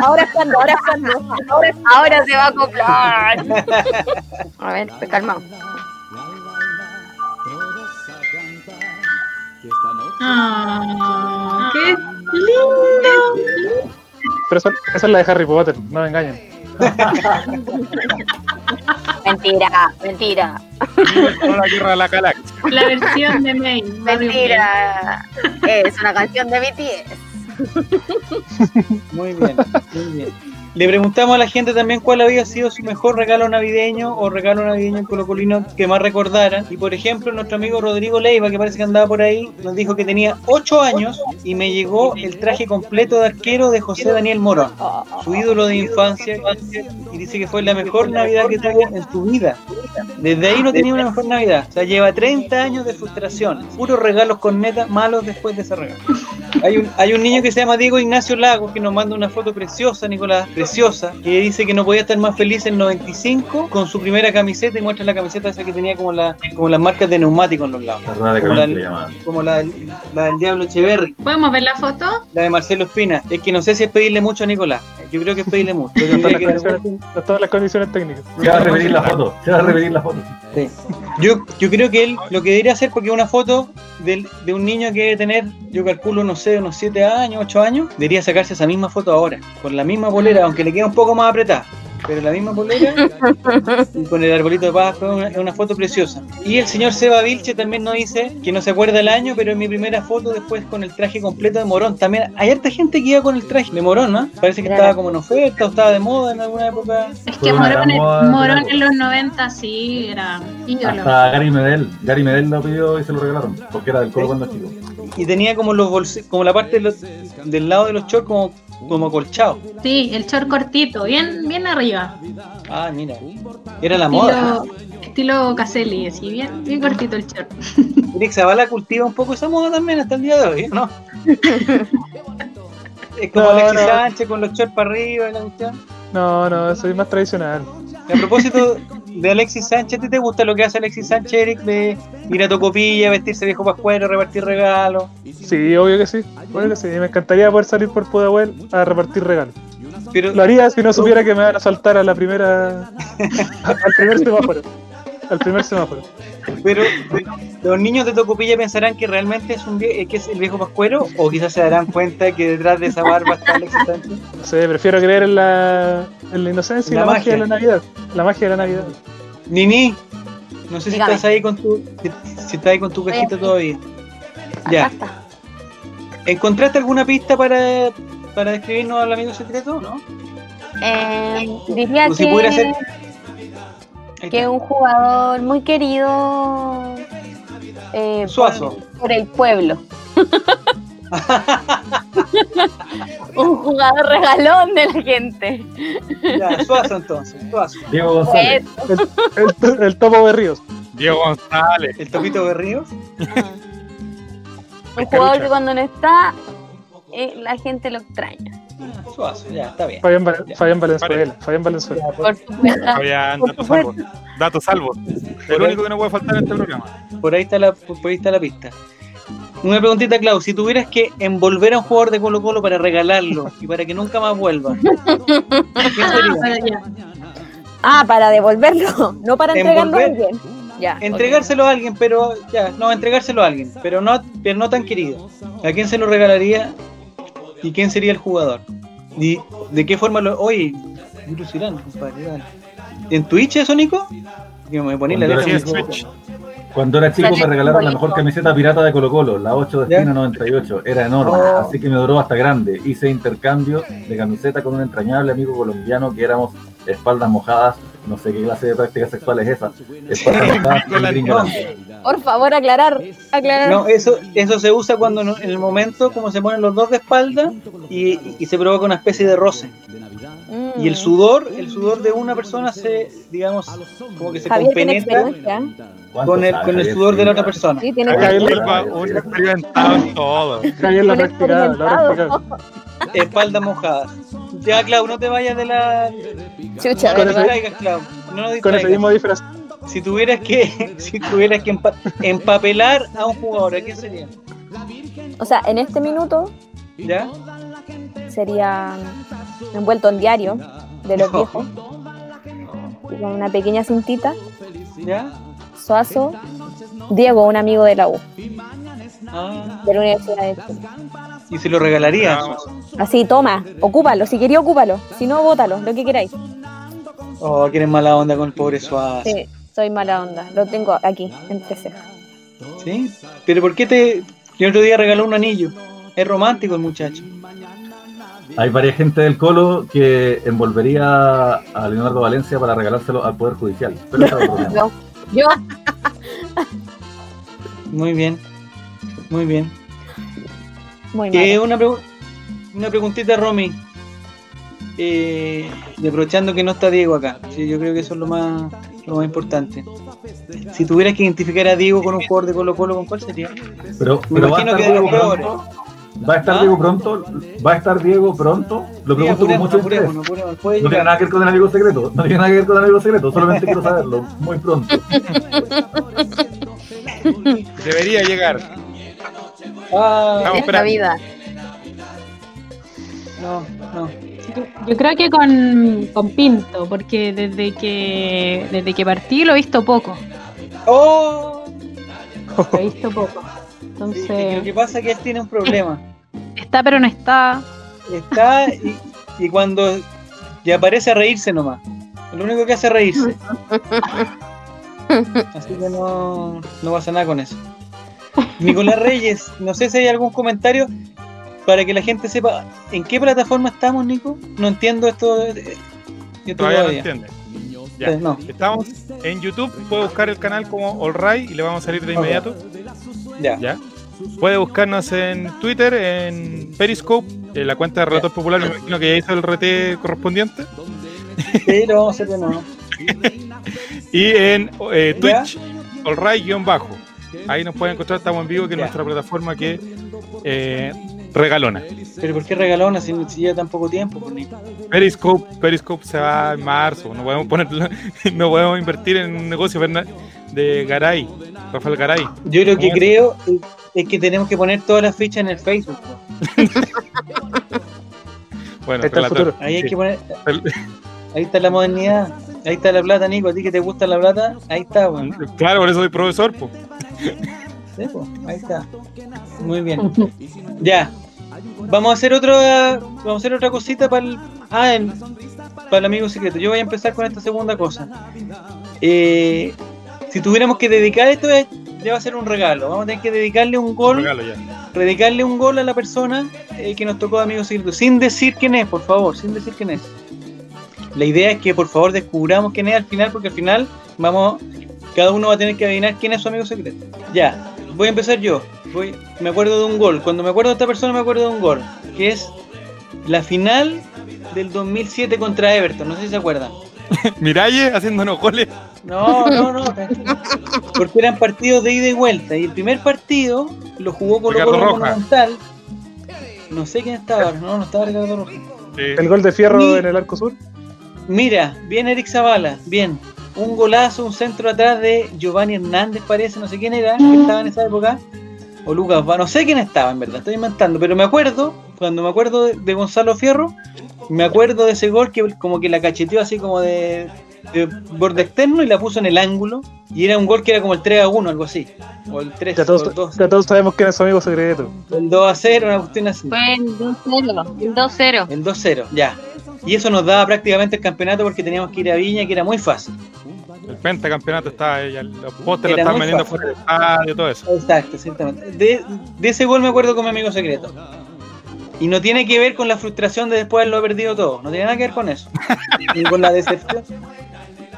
Speaker 4: Ahora es cuando, ahora es cuando. Ahora es
Speaker 6: Ahora se va a acoplar. A ver, pues calmado.
Speaker 8: Ah, qué lindo.
Speaker 3: Pero eso- esa es la de Harry Potter, no me engañen.
Speaker 6: Mentira, mentira,
Speaker 2: Viva la guerra de la galaxia.
Speaker 8: La versión de May. Barrio May.
Speaker 6: mentira. Es una canción de BTS.
Speaker 1: Muy bien, muy bien. Le preguntamos a la gente también cuál había sido su mejor regalo navideño o regalo navideño colocolino que más recordaran. Y por ejemplo, nuestro amigo Rodrigo Leiva, que parece que andaba por ahí, nos dijo que tenía 8 años y me llegó el traje completo de arquero de José Daniel Morón, su ídolo de infancia, y dice que fue la mejor Navidad que tuvo en su vida. Desde ahí no tenía una mejor Navidad. O sea, lleva 30 años de frustración, puros regalos con neta malos después de ese regalo. Hay un, hay un niño que se llama Diego Ignacio Lagos que nos manda una foto preciosa, Nicolás, preciosa, que dice que no podía estar más feliz en 95 con su primera camiseta y muestra la camiseta esa que tenía como, la, como las marcas de neumático en los lados.
Speaker 7: La rueda de
Speaker 1: Como
Speaker 7: camino
Speaker 1: la,
Speaker 7: que le llamaban.
Speaker 1: como la del, la del Diablo Echeverri,
Speaker 8: ¿Podemos ver la foto?
Speaker 1: la de Marcelo Espina. Es que no sé si es pedirle mucho a Nicolás. Yo creo que es pedirle mucho. Yo
Speaker 3: No están
Speaker 1: tendría
Speaker 3: las
Speaker 1: que dar-
Speaker 3: condiciones- no están las condiciones técnicas.
Speaker 7: Se va a repetir la foto. Se va a repetir la foto.
Speaker 1: Sí. Yo, yo creo que él lo que debería hacer, porque una foto del- de un niño que debe tener, yo calculo, no sé, unos 7 años, 8 años, debería sacarse esa misma foto ahora, con la misma polera, aunque le queda un poco más apretada, pero la misma polera y con el arbolito de Pascua, es una, es una foto preciosa. Y el señor Seba Vilche también nos dice que no se acuerda el año, pero en mi primera foto después con el traje completo de Morón. También hay harta gente que iba con el traje de Morón, ¿no? Parece que estaba como en oferta o estaba de moda en alguna época.
Speaker 8: Es
Speaker 7: Fue
Speaker 8: que
Speaker 7: una
Speaker 8: Morón,
Speaker 7: gran
Speaker 8: en-
Speaker 7: moda de
Speaker 8: Morón
Speaker 7: algo.
Speaker 8: en los 90 sí era ídolo.
Speaker 7: Hasta Gary Medel. Gary Medel lo pidió y se lo regalaron. Porque era del Colo cuando chico.
Speaker 1: y tenía como los bolsi- como la parte de los- del lado de los shorts como, como acolchado.
Speaker 8: Sí, el short cortito, bien, bien arriba.
Speaker 1: Ah, mira. Era la moda.
Speaker 8: Estilo, estilo Caselli, así, bien, bien cortito el short.
Speaker 1: Eric Zavala cultiva un poco esa moda también hasta el día de hoy, ¿no? es como
Speaker 3: No,
Speaker 1: Alexis
Speaker 3: no.
Speaker 1: Sánchez con los shorts para arriba y la cuestión.
Speaker 3: No, no, soy más tradicional.
Speaker 1: Y a propósito de Alexis Sánchez, ¿te, te gusta lo que hace Alexis Sánchez, Eric? De ir a Tocopilla, vestirse viejo pascuero, repartir regalos.
Speaker 3: Sí, obvio que sí. Obvio que sí. Me encantaría poder salir por Pudahuel a repartir regalos.
Speaker 1: Pero
Speaker 3: Lo haría si no supiera que me van a saltar a la primera. al primer semáforo. Al primer semáforo.
Speaker 1: Pero los niños de Tocopilla pensarán que realmente es un vie- eh, que es el viejo pascuero o quizás se darán cuenta que detrás de esa barba está Alexis Sánchez.
Speaker 3: No sé, prefiero creer en la, en la inocencia y
Speaker 1: La
Speaker 3: la magia. de
Speaker 1: magia.
Speaker 3: la Navidad. La magia de la Navidad.
Speaker 1: Nini, no sé si
Speaker 6: Dígame.
Speaker 1: estás ahí con tu si, si estás ahí con tu
Speaker 6: aquí.
Speaker 1: cajita todavía.
Speaker 6: Acá
Speaker 1: Ya.
Speaker 6: está.
Speaker 1: ¿Encontraste alguna pista para, para describirnos al amigo secreto, no?
Speaker 6: Eh, diría
Speaker 1: O si pudiera
Speaker 6: que,
Speaker 1: ser- Ahí
Speaker 6: que
Speaker 1: está.
Speaker 6: un jugador muy querido eh, por-
Speaker 1: Suazo.
Speaker 6: por el pueblo. un jugador regalón de la gente.
Speaker 1: Ya, Suazo entonces, Suazo.
Speaker 7: Diego González.
Speaker 6: Pues,
Speaker 3: El, el topo de Ríos.
Speaker 2: Diego González.
Speaker 1: El topito de Ríos.
Speaker 6: un jugador que
Speaker 2: Carucha.
Speaker 6: cuando no está, eh, la gente lo extraña.
Speaker 1: Ah, Suazo, ya, está bien.
Speaker 3: Fabián, Val-
Speaker 1: Ya.
Speaker 3: Fabián Valenzuela. Fabián Valenzuela.
Speaker 1: Ya, por,
Speaker 6: Por supuesto.
Speaker 2: Ah, Fabián,
Speaker 6: por
Speaker 2: datos
Speaker 6: supuesto.
Speaker 2: salvos. Datos salvos. El único que no puede faltar en este programa.
Speaker 1: por ahí está la, por ahí está la pista. Una preguntita, Clau, si tuvieras que envolver a un jugador de Colo Colo para regalarlo y para que nunca más vuelva, ¿qué sería?
Speaker 8: Para allá.
Speaker 4: Ah, para devolverlo, no para entregarlo a
Speaker 1: Envolver.
Speaker 4: alguien. Ya.
Speaker 1: Entregárselo a alguien, pero ya, no, entregárselo a alguien, pero no, pero no tan querido. ¿A quién se lo regalaría y quién sería el jugador? ¿Y de qué forma lo.? Oye, Bruce Irán, compadre, dale. ¿En Twitch eso, Nico? Que me poní la
Speaker 7: Cuando era
Speaker 1: letra. en
Speaker 2: Sí, en
Speaker 1: el
Speaker 7: chico-
Speaker 2: Twitch.
Speaker 7: Cuando era chico me
Speaker 6: Salió
Speaker 7: regalaron la
Speaker 6: bonito.
Speaker 7: mejor camiseta pirata de Colo Colo, la 8 de
Speaker 1: ¿Ya?
Speaker 7: esquina 98. Era enorme,
Speaker 1: Oh.
Speaker 7: así que me duró hasta grande. Hice intercambio de camiseta con un entrañable amigo colombiano que éramos espaldas mojadas. No sé qué clase de prácticas sexuales es esa. Espaldas mojadas y un gringo grande.
Speaker 4: Por favor, aclarar, aclarar.
Speaker 1: No, eso, eso se usa cuando no- en el momento como se ponen los dos de espalda y, y se provoca una especie de roce.
Speaker 4: Mm.
Speaker 1: Y el sudor, el sudor de una persona se, digamos, como que se
Speaker 4: Javier tiene
Speaker 1: compenetra
Speaker 4: experiencia.
Speaker 7: ¿Cuánto
Speaker 1: con el,
Speaker 7: sabe,
Speaker 1: con el
Speaker 7: Javier?
Speaker 1: sudor de la otra
Speaker 7: Sí,
Speaker 1: persona.
Speaker 4: Sí, tiene
Speaker 2: Acá
Speaker 7: Javier,
Speaker 2: el
Speaker 4: experiencia.
Speaker 2: Silva, un experimentado en todo.
Speaker 3: Javier lo ha
Speaker 4: Un
Speaker 3: practicado, lo ha
Speaker 4: experimentado.
Speaker 3: practicado.
Speaker 1: Espaldas mojadas. Ya, Clau, no te vayas de la...
Speaker 4: Chucha,
Speaker 1: No nos
Speaker 3: Con ese-
Speaker 4: ¿verdad?
Speaker 1: distraigas, Clau. No nos
Speaker 3: Con ese
Speaker 1: distraigas.
Speaker 3: mismo disfraz.
Speaker 1: Si tuvieras que, si tuvieras que empa- empapelar a un jugador, ¿a quién sería?
Speaker 4: O sea, en este minuto
Speaker 1: ¿Ya?
Speaker 4: sería envuelto en diario de los
Speaker 1: No.
Speaker 4: viejos, con una pequeña cintita,
Speaker 1: ¿Ya?
Speaker 4: Suazo, Diego, un amigo de la U,
Speaker 1: Ah,
Speaker 4: de la Universidad de Chile.
Speaker 1: y se lo regalaría.
Speaker 4: Así, toma, ocúpalo, si quería ocúpalo, si no, bótalo, lo que queráis.
Speaker 1: Oh, quieren mala onda con el pobre Suárez.
Speaker 4: Sí, soy mala onda, lo tengo aquí, entre cejas.
Speaker 1: Sí, pero ¿por qué te.? Yo el otro día regaló un anillo. Es romántico el muchacho.
Speaker 7: Hay varias gente del Colo que envolvería a Leonardo Valencia para regalárselo al Poder Judicial. Pero ese es otro tema.
Speaker 4: Yo,
Speaker 1: Muy bien. Muy bien.
Speaker 4: muy
Speaker 1: Eh,
Speaker 4: mal.
Speaker 1: una, pregu- una preguntita, Romy. Eh, aprovechando que no está Diego acá. Sí, yo creo que eso es lo más, lo más importante. Si tuvieras que identificar a Diego con un jugador de Colo Colo, ¿con cuál sería?
Speaker 7: Pero,
Speaker 1: Me
Speaker 7: pero va a
Speaker 1: imagino
Speaker 7: estar
Speaker 1: que de
Speaker 7: Diego
Speaker 1: los peores.
Speaker 7: pronto. Va a estar
Speaker 1: ¿Ah?
Speaker 7: Diego pronto. Va a estar Diego pronto. Lo
Speaker 1: Sí,
Speaker 7: pregunto con
Speaker 1: apurémonos,
Speaker 7: mucho interés.
Speaker 1: apurémonos, apurémonos. Puede
Speaker 7: No tiene
Speaker 1: llegar.
Speaker 7: nada que ver con el amigo secreto. No tiene nada que ver con el amigo secreto. Solamente quiero saberlo muy pronto.
Speaker 2: Debería llegar.
Speaker 1: Ah,
Speaker 6: Esta
Speaker 2: Vamos, espera.
Speaker 6: vida.
Speaker 1: no, no.
Speaker 5: Yo, yo creo que con, con Pinto, porque desde que desde que partí lo he visto poco.
Speaker 1: ¡Oh!
Speaker 5: Lo he visto poco.
Speaker 1: Sí, es que lo que
Speaker 5: Entonces,
Speaker 1: pasa es que él tiene un problema.
Speaker 5: está pero no está.
Speaker 1: está y, y cuando y aparece a reírse nomás. Lo único que hace es reírse. Así que no, no pasa nada con eso. Nicolás Reyes, no sé si hay algún comentario para que la gente sepa en qué plataforma estamos, Nico. No entiendo esto. eh, Yo
Speaker 2: Todavía no
Speaker 1: todavía.
Speaker 2: entiende. Ya.
Speaker 1: Eh, no,
Speaker 2: Estamos en YouTube, puede buscar el canal como All Right y le vamos a salir de inmediato.
Speaker 1: ya.
Speaker 2: ¿ya? Puede buscarnos en Twitter, en Periscope, en la cuenta de Relator Popular, me imagino que ya hizo el RT correspondiente.
Speaker 1: Pero se te no.
Speaker 2: Y en eh,
Speaker 1: Ya.
Speaker 2: Twitch, allright-bajo. Ahí nos pueden encontrar, estamos en vivo, que es
Speaker 1: Ya.
Speaker 2: nuestra plataforma que eh, regalona.
Speaker 1: Pero ¿por qué regalona si, si lleva tan poco tiempo? pues, Nico?
Speaker 2: Periscope, Periscope se va en marzo. No podemos ponerlo, no podemos invertir en un negocio Fernan- de Garay, Rafael Garay.
Speaker 1: Yo lo que
Speaker 2: ¿Cómo es?
Speaker 1: creo es- es que tenemos que poner todas las fichas en el Facebook. pues.
Speaker 2: Bueno,
Speaker 3: Ahí está el
Speaker 2: relator.
Speaker 1: Ahí hay
Speaker 2: Sí.
Speaker 1: que poner.
Speaker 2: El-
Speaker 1: Ahí está la modernidad. Ahí está la plata, Nico. A ti que te gusta la plata, ahí está, bueno.
Speaker 2: Claro, por eso soy profesor. po.
Speaker 1: Sí, po, ahí está. Muy bien. Ya. Vamos a hacer otra. Vamos a hacer otra cosita para el. Ah, el- para el amigo secreto. Yo voy a empezar con esta segunda cosa. Eh, si tuviéramos que dedicar esto, es- ya va a ser un regalo. Vamos a tener que dedicarle un gol,
Speaker 2: Regalo ya.
Speaker 1: dedicarle un gol a la persona eh, que nos tocó de amigo secreto. Sin decir quién es, por favor, sin decir quién es. La idea es que por favor descubramos quién es al final, porque al final vamos, cada uno va a tener que adivinar quién es su amigo secreto. Ya, voy a empezar yo. Voy, me acuerdo de un gol. Cuando me acuerdo de esta persona me acuerdo de un gol, que es la final del 2007 contra Everton. No sé si se acuerdan.
Speaker 2: Miralle haciéndonos goles.
Speaker 1: No, no, no. tranquilo. Porque eran partidos de ida y vuelta. Y el primer partido lo jugó Colo
Speaker 2: Ricardo
Speaker 1: Colo
Speaker 2: Rojas.
Speaker 1: Monumental. No sé quién estaba, no, no estaba Ricardo Rojas.
Speaker 2: Sí.
Speaker 3: El gol de fierro
Speaker 1: Ni-
Speaker 3: en el arco sur.
Speaker 1: Mira, bien Eric Zavala, bien. Un golazo, un centro atrás de Giovanni Hernández, parece, no sé quién era, que estaba en esa época. O Lucas, Va- no sé quién estaba, en verdad, estoy inventando, pero me acuerdo, cuando me acuerdo de- de Gonzalo Fierro, me acuerdo de ese gol que como que la cacheteó así como de, de borde externo y la puso en el ángulo. Y era un gol que era como el 3 a 1, algo así. O el 3 o
Speaker 3: Ya
Speaker 1: el
Speaker 3: todos,
Speaker 1: 2,
Speaker 3: ya todos sabemos quién es su amigo secreto.
Speaker 1: el 2 a 0, una cuestión así.
Speaker 6: Fue el 2-0. El 2-0.
Speaker 1: El 2-0, ya. Y eso nos daba prácticamente el campeonato porque teníamos que ir a Viña, que era muy fácil.
Speaker 2: El pentacampeonato está ahí, ya los pósteres
Speaker 1: Era
Speaker 2: lo están
Speaker 1: muy
Speaker 2: vendiendo
Speaker 1: fácil.
Speaker 2: fuera del estadio, todo eso.
Speaker 1: Exacto, exactamente. De, de ese gol me acuerdo con mi amigo secreto. Y no tiene que ver con la frustración de después haberlo perdido todo. No tiene nada que ver con eso. Ni con la decepción.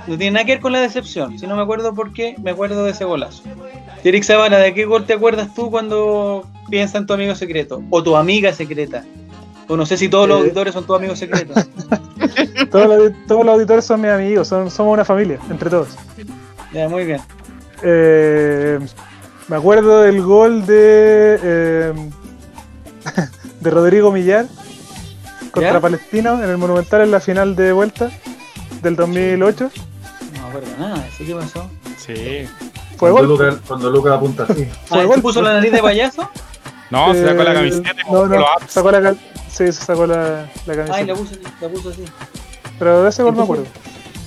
Speaker 1: No tiene nada que ver con la decepción. Si no me acuerdo por qué, me acuerdo de ese golazo. Eric Zavala, ¿de qué gol te acuerdas tú cuando piensas en tu amigo secreto? O tu amiga secreta. O no sé si todos los
Speaker 3: Eh.
Speaker 1: auditores son tus amigos secretos.
Speaker 3: Todos los, todos los auditores son mis amigos, son, somos una familia, entre todos.
Speaker 1: ya, muy bien.
Speaker 3: Eh, me acuerdo del gol de eh, de Rodrigo Millar contra
Speaker 1: ¿Ya?
Speaker 3: Palestino en el Monumental en la final de vuelta del 2008.
Speaker 1: No me acuerdo nada. ¿sí qué pasó?
Speaker 2: Sí.
Speaker 3: Fue
Speaker 7: Cuando
Speaker 3: gol.
Speaker 7: Lucas cuando Lucas apunta así.
Speaker 1: Ah,
Speaker 3: Fue
Speaker 1: ¿él
Speaker 3: gol.
Speaker 1: puso la nariz de payaso?
Speaker 2: No, se sacó la
Speaker 3: Eh,
Speaker 2: camiseta y
Speaker 3: no,
Speaker 2: con
Speaker 3: no,
Speaker 2: los apps.
Speaker 3: sacó la cal- sí, se sacó la, la camiseta.
Speaker 1: Ay, la puso, la puso así.
Speaker 3: Pero de ese gol me acuerdo.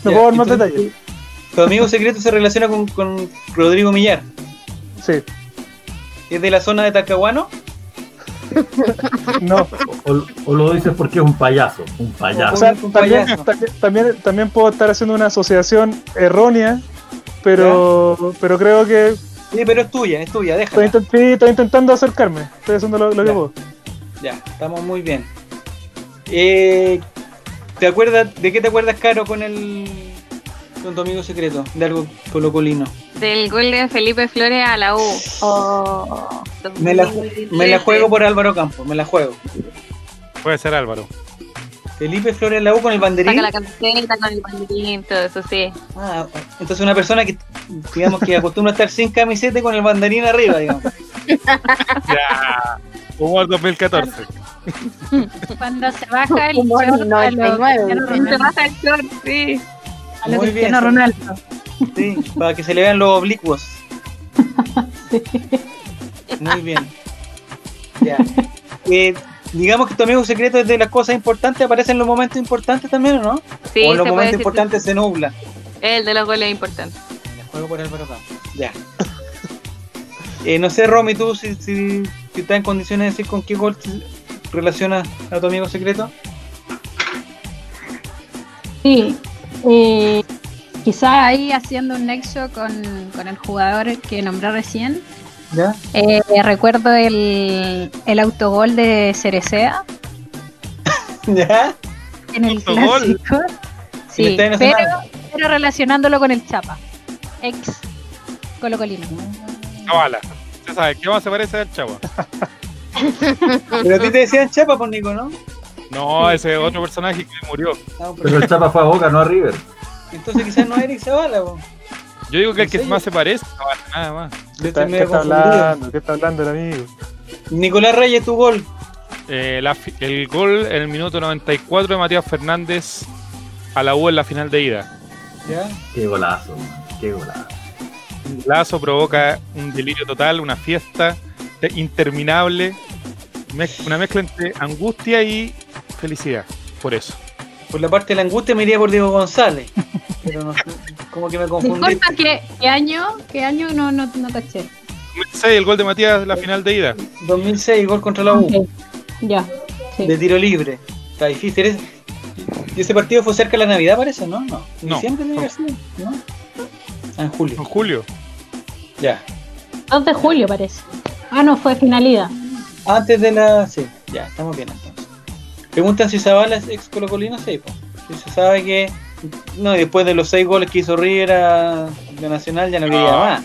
Speaker 3: No
Speaker 1: Ya,
Speaker 3: puedo dar más
Speaker 1: entonces-
Speaker 3: detalles.
Speaker 1: Tu amigo secreto se relaciona con, con Rodrigo Millar.
Speaker 3: Sí,
Speaker 1: ¿Es de la zona de Talcahuano?
Speaker 3: no.
Speaker 7: O, o lo dices porque es un payaso. Un
Speaker 3: O
Speaker 7: payaso.
Speaker 3: sea,
Speaker 1: Un
Speaker 3: también,
Speaker 1: payaso.
Speaker 3: también, también, también puedo estar haciendo una asociación errónea, pero, pero creo que
Speaker 1: Sí, pero es tuya, es tuya,
Speaker 3: Estoy,
Speaker 1: déjala.
Speaker 3: intent- sí, estoy intentando acercarme. Estoy haciendo lo, lo que
Speaker 1: Ya.
Speaker 3: puedo.
Speaker 1: Ya, estamos muy bien. Eh, ¿Te acuerdas, de qué te acuerdas, Caro, con el con tu amigo secreto? De algo colocolino.
Speaker 6: Del gol de Felipe Flores a la U. Oh,
Speaker 1: Me la- Me la juego por Álvaro Campos, me la juego.
Speaker 2: Puede ser Álvaro.
Speaker 1: Felipe Flores Lau con el banderín.
Speaker 6: Saca la camiseta con el banderín, todo eso sí.
Speaker 1: Ah, entonces una persona que, digamos, que acostumbra a estar sin camiseta y con el banderín arriba, digamos.
Speaker 2: Ya. Humor 2014.
Speaker 5: Cuando se baja el
Speaker 4: Humor
Speaker 5: short a lo
Speaker 4: 99,
Speaker 5: Cristiano
Speaker 6: Se
Speaker 5: Ronaldo.
Speaker 6: baja el short, sí.
Speaker 5: a lo
Speaker 1: Muy bien,
Speaker 5: Cristiano
Speaker 1: sí.
Speaker 5: Ronaldo.
Speaker 1: Sí, para que se le vean los oblicuos. Muy bien. Ya. Eh, digamos que tu amigo secreto es de las cosas importantes, aparece en los momentos importantes también, ¿o no?
Speaker 6: Sí,
Speaker 1: o en
Speaker 6: se puede
Speaker 1: los momentos
Speaker 6: decir
Speaker 1: importantes se nubla.
Speaker 6: el de los goles importantes.
Speaker 1: Me juego por Álvaro Campos. Ya. Eh, no sé, Romy, tú si, si, si estás en condiciones de decir con qué gol te relacionas a tu amigo secreto.
Speaker 5: Sí. Eh, quizá ahí haciendo un nexo con, con el jugador que nombré recién.
Speaker 1: ¿Ya?
Speaker 5: Eh, recuerdo el, el autogol de Cerecea
Speaker 1: ¿Ya?
Speaker 5: en el
Speaker 2: ¿Autogol?
Speaker 5: clásico.
Speaker 1: En el
Speaker 5: Sí,
Speaker 1: Estadio
Speaker 5: pero,
Speaker 1: Nacional.
Speaker 5: pero relacionándolo con el Chapa, ex Colo Colino.
Speaker 2: Chavala. Usted sabe, ¿qué más se parece al chavo?
Speaker 1: Pero a ti te decían chapa por Nico, ¿no?
Speaker 2: No, ese otro personaje que murió.
Speaker 1: Ah, pero-
Speaker 7: Pero el chapa fue a Boca, no a River.
Speaker 1: entonces quizás no pues. es Eric Zavala, po.
Speaker 2: Yo digo que el
Speaker 1: ¿En
Speaker 2: que
Speaker 1: serio?
Speaker 2: más se parece, Chavala, nada más.
Speaker 1: Yo
Speaker 3: Está-
Speaker 1: estoy
Speaker 3: ¿Qué
Speaker 1: medio
Speaker 3: está
Speaker 1: confundido.
Speaker 3: hablando? ¿Qué está hablando el amigo?
Speaker 1: Nicolás Reyes, tu gol.
Speaker 2: eh, la fi- el gol en el minuto 94 de Matías Fernández a la U en la final de ida.
Speaker 1: ¿Ya?
Speaker 7: Qué golazo, man, qué golazo.
Speaker 2: Lazo provoca un delirio total, una fiesta te- interminable, mez- una mezcla entre angustia y felicidad. Por eso.
Speaker 1: Por la parte de la angustia me iría por Diego González. Pero no sé, como que me confundí.
Speaker 5: Disculpa, ¿qué, qué año? ¿Qué año no, no, no caché?
Speaker 2: 2006, el gol de Matías, la final de ida.
Speaker 1: 2006, gol contra la U.
Speaker 5: Ok, Ya. sí.
Speaker 1: de tiro libre. Está difícil. es- Y ese partido fue cerca de la Navidad, parece, ¿no? No. ¿En
Speaker 2: No.
Speaker 1: diciembre debe haber sido? ¿No? Ah, en
Speaker 2: En
Speaker 1: julio.
Speaker 2: julio.
Speaker 1: Ya.
Speaker 5: 2 de julio parece. Ah, no, fue finalidad.
Speaker 1: Antes de la. Sí, ya, estamos bien entonces. Preguntan si Zavala es ex colocolino, sí, po. Si se sabe que. No, y después de los seis goles que hizo Rivera de Nacional ya no quería
Speaker 2: No.
Speaker 1: más.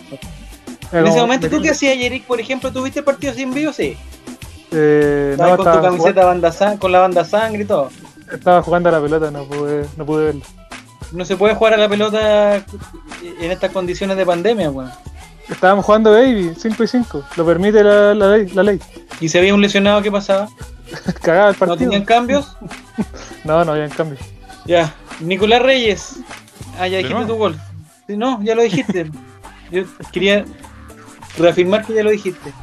Speaker 3: Era
Speaker 1: En ese
Speaker 3: como-
Speaker 1: momento, ¿tú qué hacías, Eric? Por ejemplo, ¿tuviste partido sin vivo? Sí.
Speaker 3: Eh, no,
Speaker 1: Estabas con tu
Speaker 3: estaba,
Speaker 1: camiseta banda san- con la banda sangre y todo.
Speaker 3: jugando- estaba jugando a la pelota, no pude, no pude verlo.
Speaker 1: No se puede jugar a la pelota en estas condiciones de pandemia, weón.
Speaker 3: Estábamos jugando baby, 5 y 5. Lo permite la, la ley. La ley.
Speaker 1: Y si había un lesionado, ¿qué pasaba?
Speaker 3: Cagaba el
Speaker 1: ¿No
Speaker 3: partido.
Speaker 1: tenían cambios?
Speaker 3: No, no había en cambio.
Speaker 1: Ya. Nicolás Reyes. Ah, ya
Speaker 2: ¿De
Speaker 1: dijiste
Speaker 2: nuevo?
Speaker 1: tu gol. Sí, No, ya lo dijiste. Yo quería reafirmar que ya lo dijiste.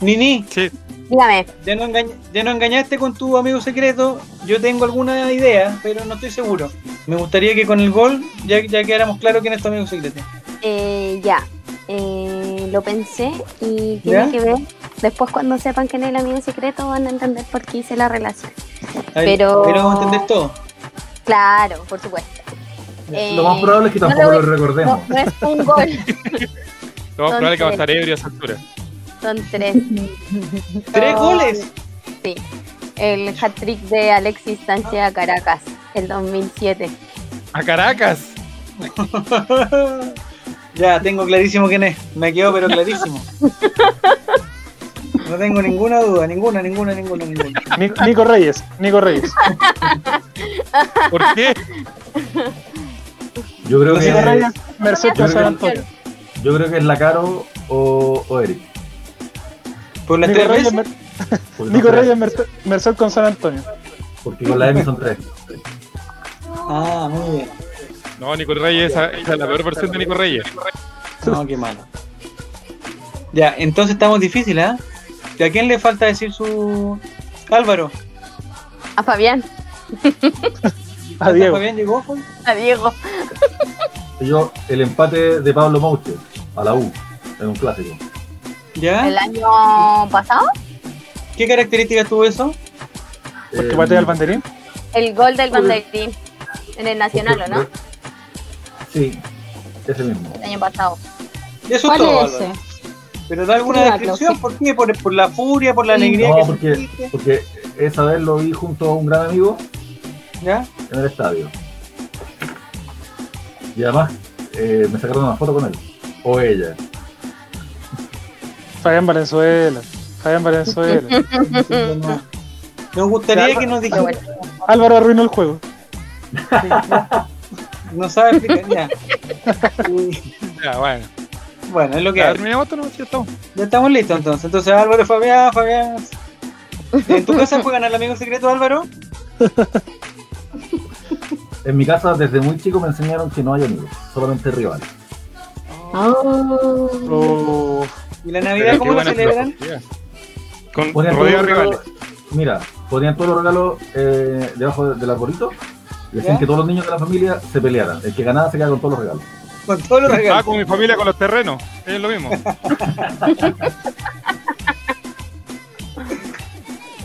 Speaker 1: Nini,
Speaker 2: Sí.
Speaker 6: Dígame,
Speaker 1: ya no, engañ- ya no engañaste con tu amigo secreto. Yo tengo alguna idea, pero no estoy seguro. Me gustaría que con el gol ya, ya quedáramos claro quién es tu amigo secreto.
Speaker 6: eh, ya. Eh, lo pensé y tiene
Speaker 1: ¿Ya?
Speaker 6: que ver. Después, cuando sepan que es el amigo secreto, van a entender por qué hice la relación.
Speaker 1: A ver,
Speaker 6: Pero-
Speaker 1: Pero vamos a entender todo.
Speaker 6: Claro, por supuesto. Eh,
Speaker 7: Lo más probable es que
Speaker 6: no
Speaker 7: tampoco
Speaker 6: lo-
Speaker 7: lo recordemos.
Speaker 6: No, no es un gol,
Speaker 2: Lo más
Speaker 6: Son
Speaker 2: probable es que va
Speaker 6: tres.
Speaker 2: a estar ebrio a esa altura.
Speaker 6: son tres.
Speaker 1: ¡Tres
Speaker 6: No.
Speaker 1: goles!
Speaker 6: Sí, el hat-trick de Alexis Sánchez a Caracas, el 2007.
Speaker 2: ¡A Caracas!
Speaker 1: ya, tengo clarísimo quién es. Me quedó, pero clarísimo. No tengo ninguna duda, ninguna, ninguna, ninguna, ninguna.
Speaker 3: Ni- Nico Reyes, Nico Reyes.
Speaker 2: ¿Por qué?
Speaker 7: Yo creo
Speaker 1: Lo
Speaker 7: que
Speaker 1: sigo
Speaker 3: rayando.
Speaker 7: es,
Speaker 3: Merced
Speaker 7: Yo
Speaker 3: con
Speaker 7: creo
Speaker 3: San
Speaker 7: que-
Speaker 3: Antonio.
Speaker 7: yo creo que es la Caro o, o Eric.
Speaker 1: Por las
Speaker 3: Nico
Speaker 1: tres veces.
Speaker 3: Reyes, Mer-
Speaker 7: Porque Pues no
Speaker 3: Nico
Speaker 7: será-
Speaker 3: Reyes Merced, Merced con San Antonio.
Speaker 7: Porque con la M son tres.
Speaker 1: Ah, muy bien.
Speaker 2: No, Nico Reyes, esa, esa es la peor versión de Nico Reyes.
Speaker 1: No, qué malo. Ya, entonces estamos difíciles, ¿ah? ¿Y a quién le falta decir su. Álvaro?
Speaker 6: A Fabián,
Speaker 3: A Diego.
Speaker 1: bien llegó? fue?
Speaker 6: a Diego.
Speaker 7: Yo, el empate de Pablo Mauche a la U, en un clásico.
Speaker 6: El
Speaker 1: ¿Ya?
Speaker 6: año pasado,
Speaker 1: ¿Qué características tuvo eso?
Speaker 3: Porque
Speaker 7: Eh,
Speaker 3: patea el banderín.
Speaker 6: el gol del banderín en el Nacional, ¿o no?
Speaker 7: Sí, ese mismo.
Speaker 6: El año pasado.
Speaker 1: Eso es
Speaker 5: ¿Cuál
Speaker 1: todo,
Speaker 5: es ese?
Speaker 1: Álvaro. Pero da alguna
Speaker 5: Escríbalo,
Speaker 1: descripción,
Speaker 5: sí.
Speaker 1: ¿por qué? ¿Por, por la furia, por la alegría
Speaker 7: No,
Speaker 1: que
Speaker 7: porque-
Speaker 1: sentiste?
Speaker 7: Porque esa vez lo vi junto a un gran amigo
Speaker 1: ¿Ya?
Speaker 7: en el estadio. Y además eh, me sacaron una foto con él. O ella.
Speaker 3: Fabián Valenzuela. Fabián Valenzuela.
Speaker 1: Nos gustaría que
Speaker 6: Pero
Speaker 1: nos dijeran.
Speaker 6: bueno,
Speaker 3: Álvaro arruinó el juego.
Speaker 1: No sabe explicar, ya. Y,
Speaker 2: Ya, bueno.
Speaker 1: Bueno, es lo que
Speaker 2: Ya,
Speaker 1: hay.
Speaker 2: terminamos esto, no, ya estamos.
Speaker 1: Ya estamos listos entonces. Entonces Álvaro, Fabián, Fabián. ¿En tu casa juegan al amigo secreto Álvaro?
Speaker 7: En mi casa desde muy chico me enseñaron que no hay amigos, solamente rivales.
Speaker 6: Ah.
Speaker 3: Oh,
Speaker 1: ¿Y la
Speaker 2: Pero
Speaker 1: Navidad
Speaker 2: qué
Speaker 1: cómo la
Speaker 2: buena
Speaker 1: celebran?
Speaker 2: filosofía. Con
Speaker 7: Ponían
Speaker 2: rodea
Speaker 7: todos los
Speaker 2: rivales.
Speaker 7: regalos- Mira, ponían todos los regalos eh, debajo de- del arbolito y hacían
Speaker 1: ¿Ya?
Speaker 7: que todos los niños de la familia se pelearan. El que ganaba se quedaba con todos los regalos.
Speaker 1: Con todos los
Speaker 2: Estaba
Speaker 1: regalos.
Speaker 2: Ah, con mi familia con los terrenos. Es lo mismo.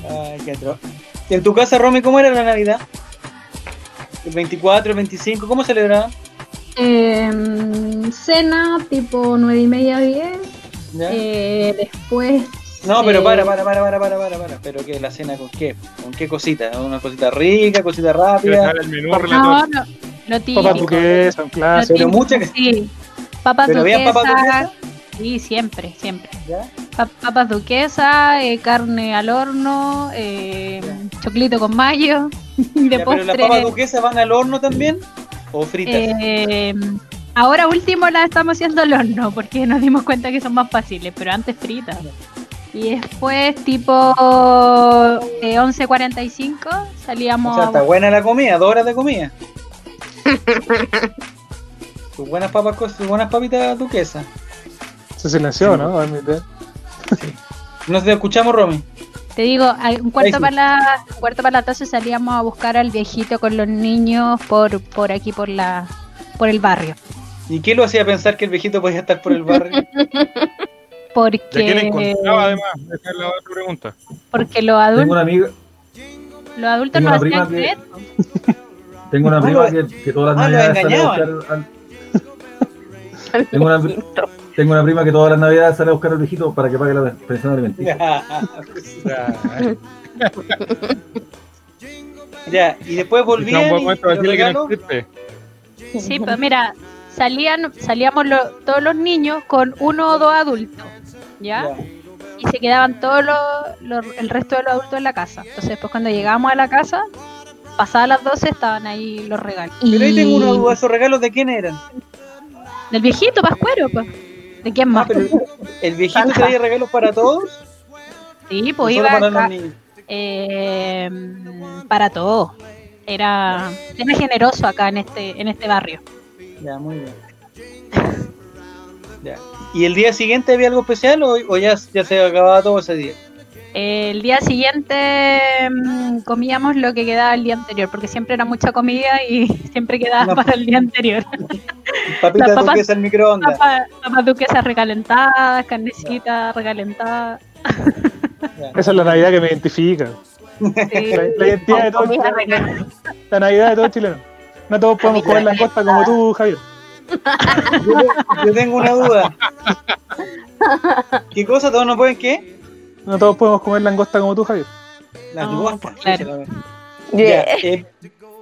Speaker 1: Ay, qué atroz. ¿Y en tu casa, Romy, cómo era la Navidad? ¿El 24, el 25? ¿Cómo celebraban?
Speaker 8: Em, cena tipo nueve y media 10.
Speaker 1: ¿Ya?
Speaker 8: eh, después.
Speaker 1: No, pero
Speaker 8: eh,
Speaker 1: para, para, para, para, para, para, para. ¿Pero qué? ¿La cena con qué? ¿Con qué cosita? ¿Una cosita rica, cosita
Speaker 2: Que
Speaker 1: rápida?
Speaker 2: sale el menú
Speaker 5: No,
Speaker 2: relator.
Speaker 5: no, lo
Speaker 3: Papá
Speaker 5: típico.
Speaker 3: Duquesa, un clásico.
Speaker 1: Pero mucha que...
Speaker 5: Sí, papas
Speaker 1: ¿Pero había
Speaker 5: duquesas.
Speaker 1: papas duquesas?
Speaker 5: Sí, siempre, siempre.
Speaker 1: ¿Ya?
Speaker 5: Pa- papas duquesas, eh, carne al horno, eh, choclito con mayo. Y de
Speaker 1: Ya, ¿Pero las
Speaker 5: postre,
Speaker 1: papas duquesas van al horno también? ¿O fritas?
Speaker 5: eh, ahora último las estamos haciendo al horno porque nos dimos cuenta que son más fáciles, pero antes fritas. Y después, tipo eh, 11.45,
Speaker 1: O
Speaker 5: salíamos
Speaker 1: sea,
Speaker 5: a
Speaker 1: está buena la comida, dos horas de comida. Tus buenas papas, co- tus buenas papitas duquesas.
Speaker 3: Se silenció,
Speaker 1: Ah,
Speaker 3: ¿no? Al mitad.
Speaker 1: Nos escuchamos, Romy.
Speaker 5: Te digo, a- un cuarto
Speaker 1: sí.
Speaker 5: para la, un cuarto para la doce salíamos a buscar al viejito con los niños por, por aquí por la por el barrio.
Speaker 1: ¿Y qué lo hacía pensar que el viejito podía estar por el barrio?
Speaker 2: ¿Ya quién
Speaker 5: Porque,
Speaker 2: encontraba además? Esa es la otra pregunta.
Speaker 5: porque los
Speaker 7: Tengo
Speaker 5: adultos,
Speaker 7: una amiga,
Speaker 5: los adultos
Speaker 7: tengo
Speaker 5: no
Speaker 7: una prima
Speaker 5: hacían
Speaker 7: que-
Speaker 5: creer.
Speaker 7: tengo una
Speaker 1: Ah,
Speaker 7: prima
Speaker 1: lo-
Speaker 7: que, que todas las
Speaker 1: ah, lo
Speaker 7: navidades sale a buscar
Speaker 1: engañaban.
Speaker 7: al- tengo, una, tengo una prima que todas las navidades sale a buscar al viejito para que pague la pensión alimenticia.
Speaker 1: ya, y después
Speaker 2: Quizá un
Speaker 1: volvían
Speaker 2: buen
Speaker 1: y
Speaker 2: momento para
Speaker 1: los
Speaker 2: decirle que no
Speaker 1: regalos.
Speaker 2: existe.
Speaker 5: Sí, pues mira, salían, salíamos lo- todos los niños con uno o dos adultos, ¿ya?
Speaker 1: Ya.
Speaker 5: Y se quedaban todos los, los- el resto de los adultos en la casa. Entonces después cuando llegábamos a la casa, pasadas las 12 estaban ahí los regalos.
Speaker 1: Pero ahí tengo una
Speaker 4: Y-
Speaker 1: duda, ¿esos regalos de quién eran?
Speaker 5: Del viejito pascuero, pues. ¿De quién
Speaker 1: Ah,
Speaker 5: más?
Speaker 1: pero ¿El viejito traía regalos para todos?
Speaker 5: Sí, pues
Speaker 1: ¿O solo
Speaker 5: iba
Speaker 1: para
Speaker 5: acá-
Speaker 1: los niños?
Speaker 5: Eh, para todo. Era, era generoso acá en este, en este barrio.
Speaker 1: Ya, muy bien. Ya. ¿Y el día siguiente había algo especial o, o ya, ya se acababa todo ese día?
Speaker 5: El día siguiente mm, comíamos lo que quedaba el día anterior, porque siempre era mucha comida y siempre quedaba
Speaker 1: No.
Speaker 5: para el día anterior.
Speaker 1: Papitas
Speaker 5: Las papas-
Speaker 1: duquesas al microondas.
Speaker 5: Papas papas duquesas recalentadas, carnecitas recalentadas.
Speaker 3: Esa es la Navidad que me identifica.
Speaker 5: sí.
Speaker 3: La, la identidad de todo
Speaker 6: Comida
Speaker 3: chileno. La Navidad de todo chileno. No todos podemos comer langosta como tú, Javier.
Speaker 1: Yo, yo tengo una duda. ¿Qué cosa? ¿Todos no pueden qué?
Speaker 3: No todos podemos comer langosta como tú, Javier.
Speaker 1: Las
Speaker 5: No,
Speaker 1: langostas.
Speaker 5: claro.
Speaker 1: chucha, la wea.
Speaker 6: Yeah.
Speaker 1: Ya, eh,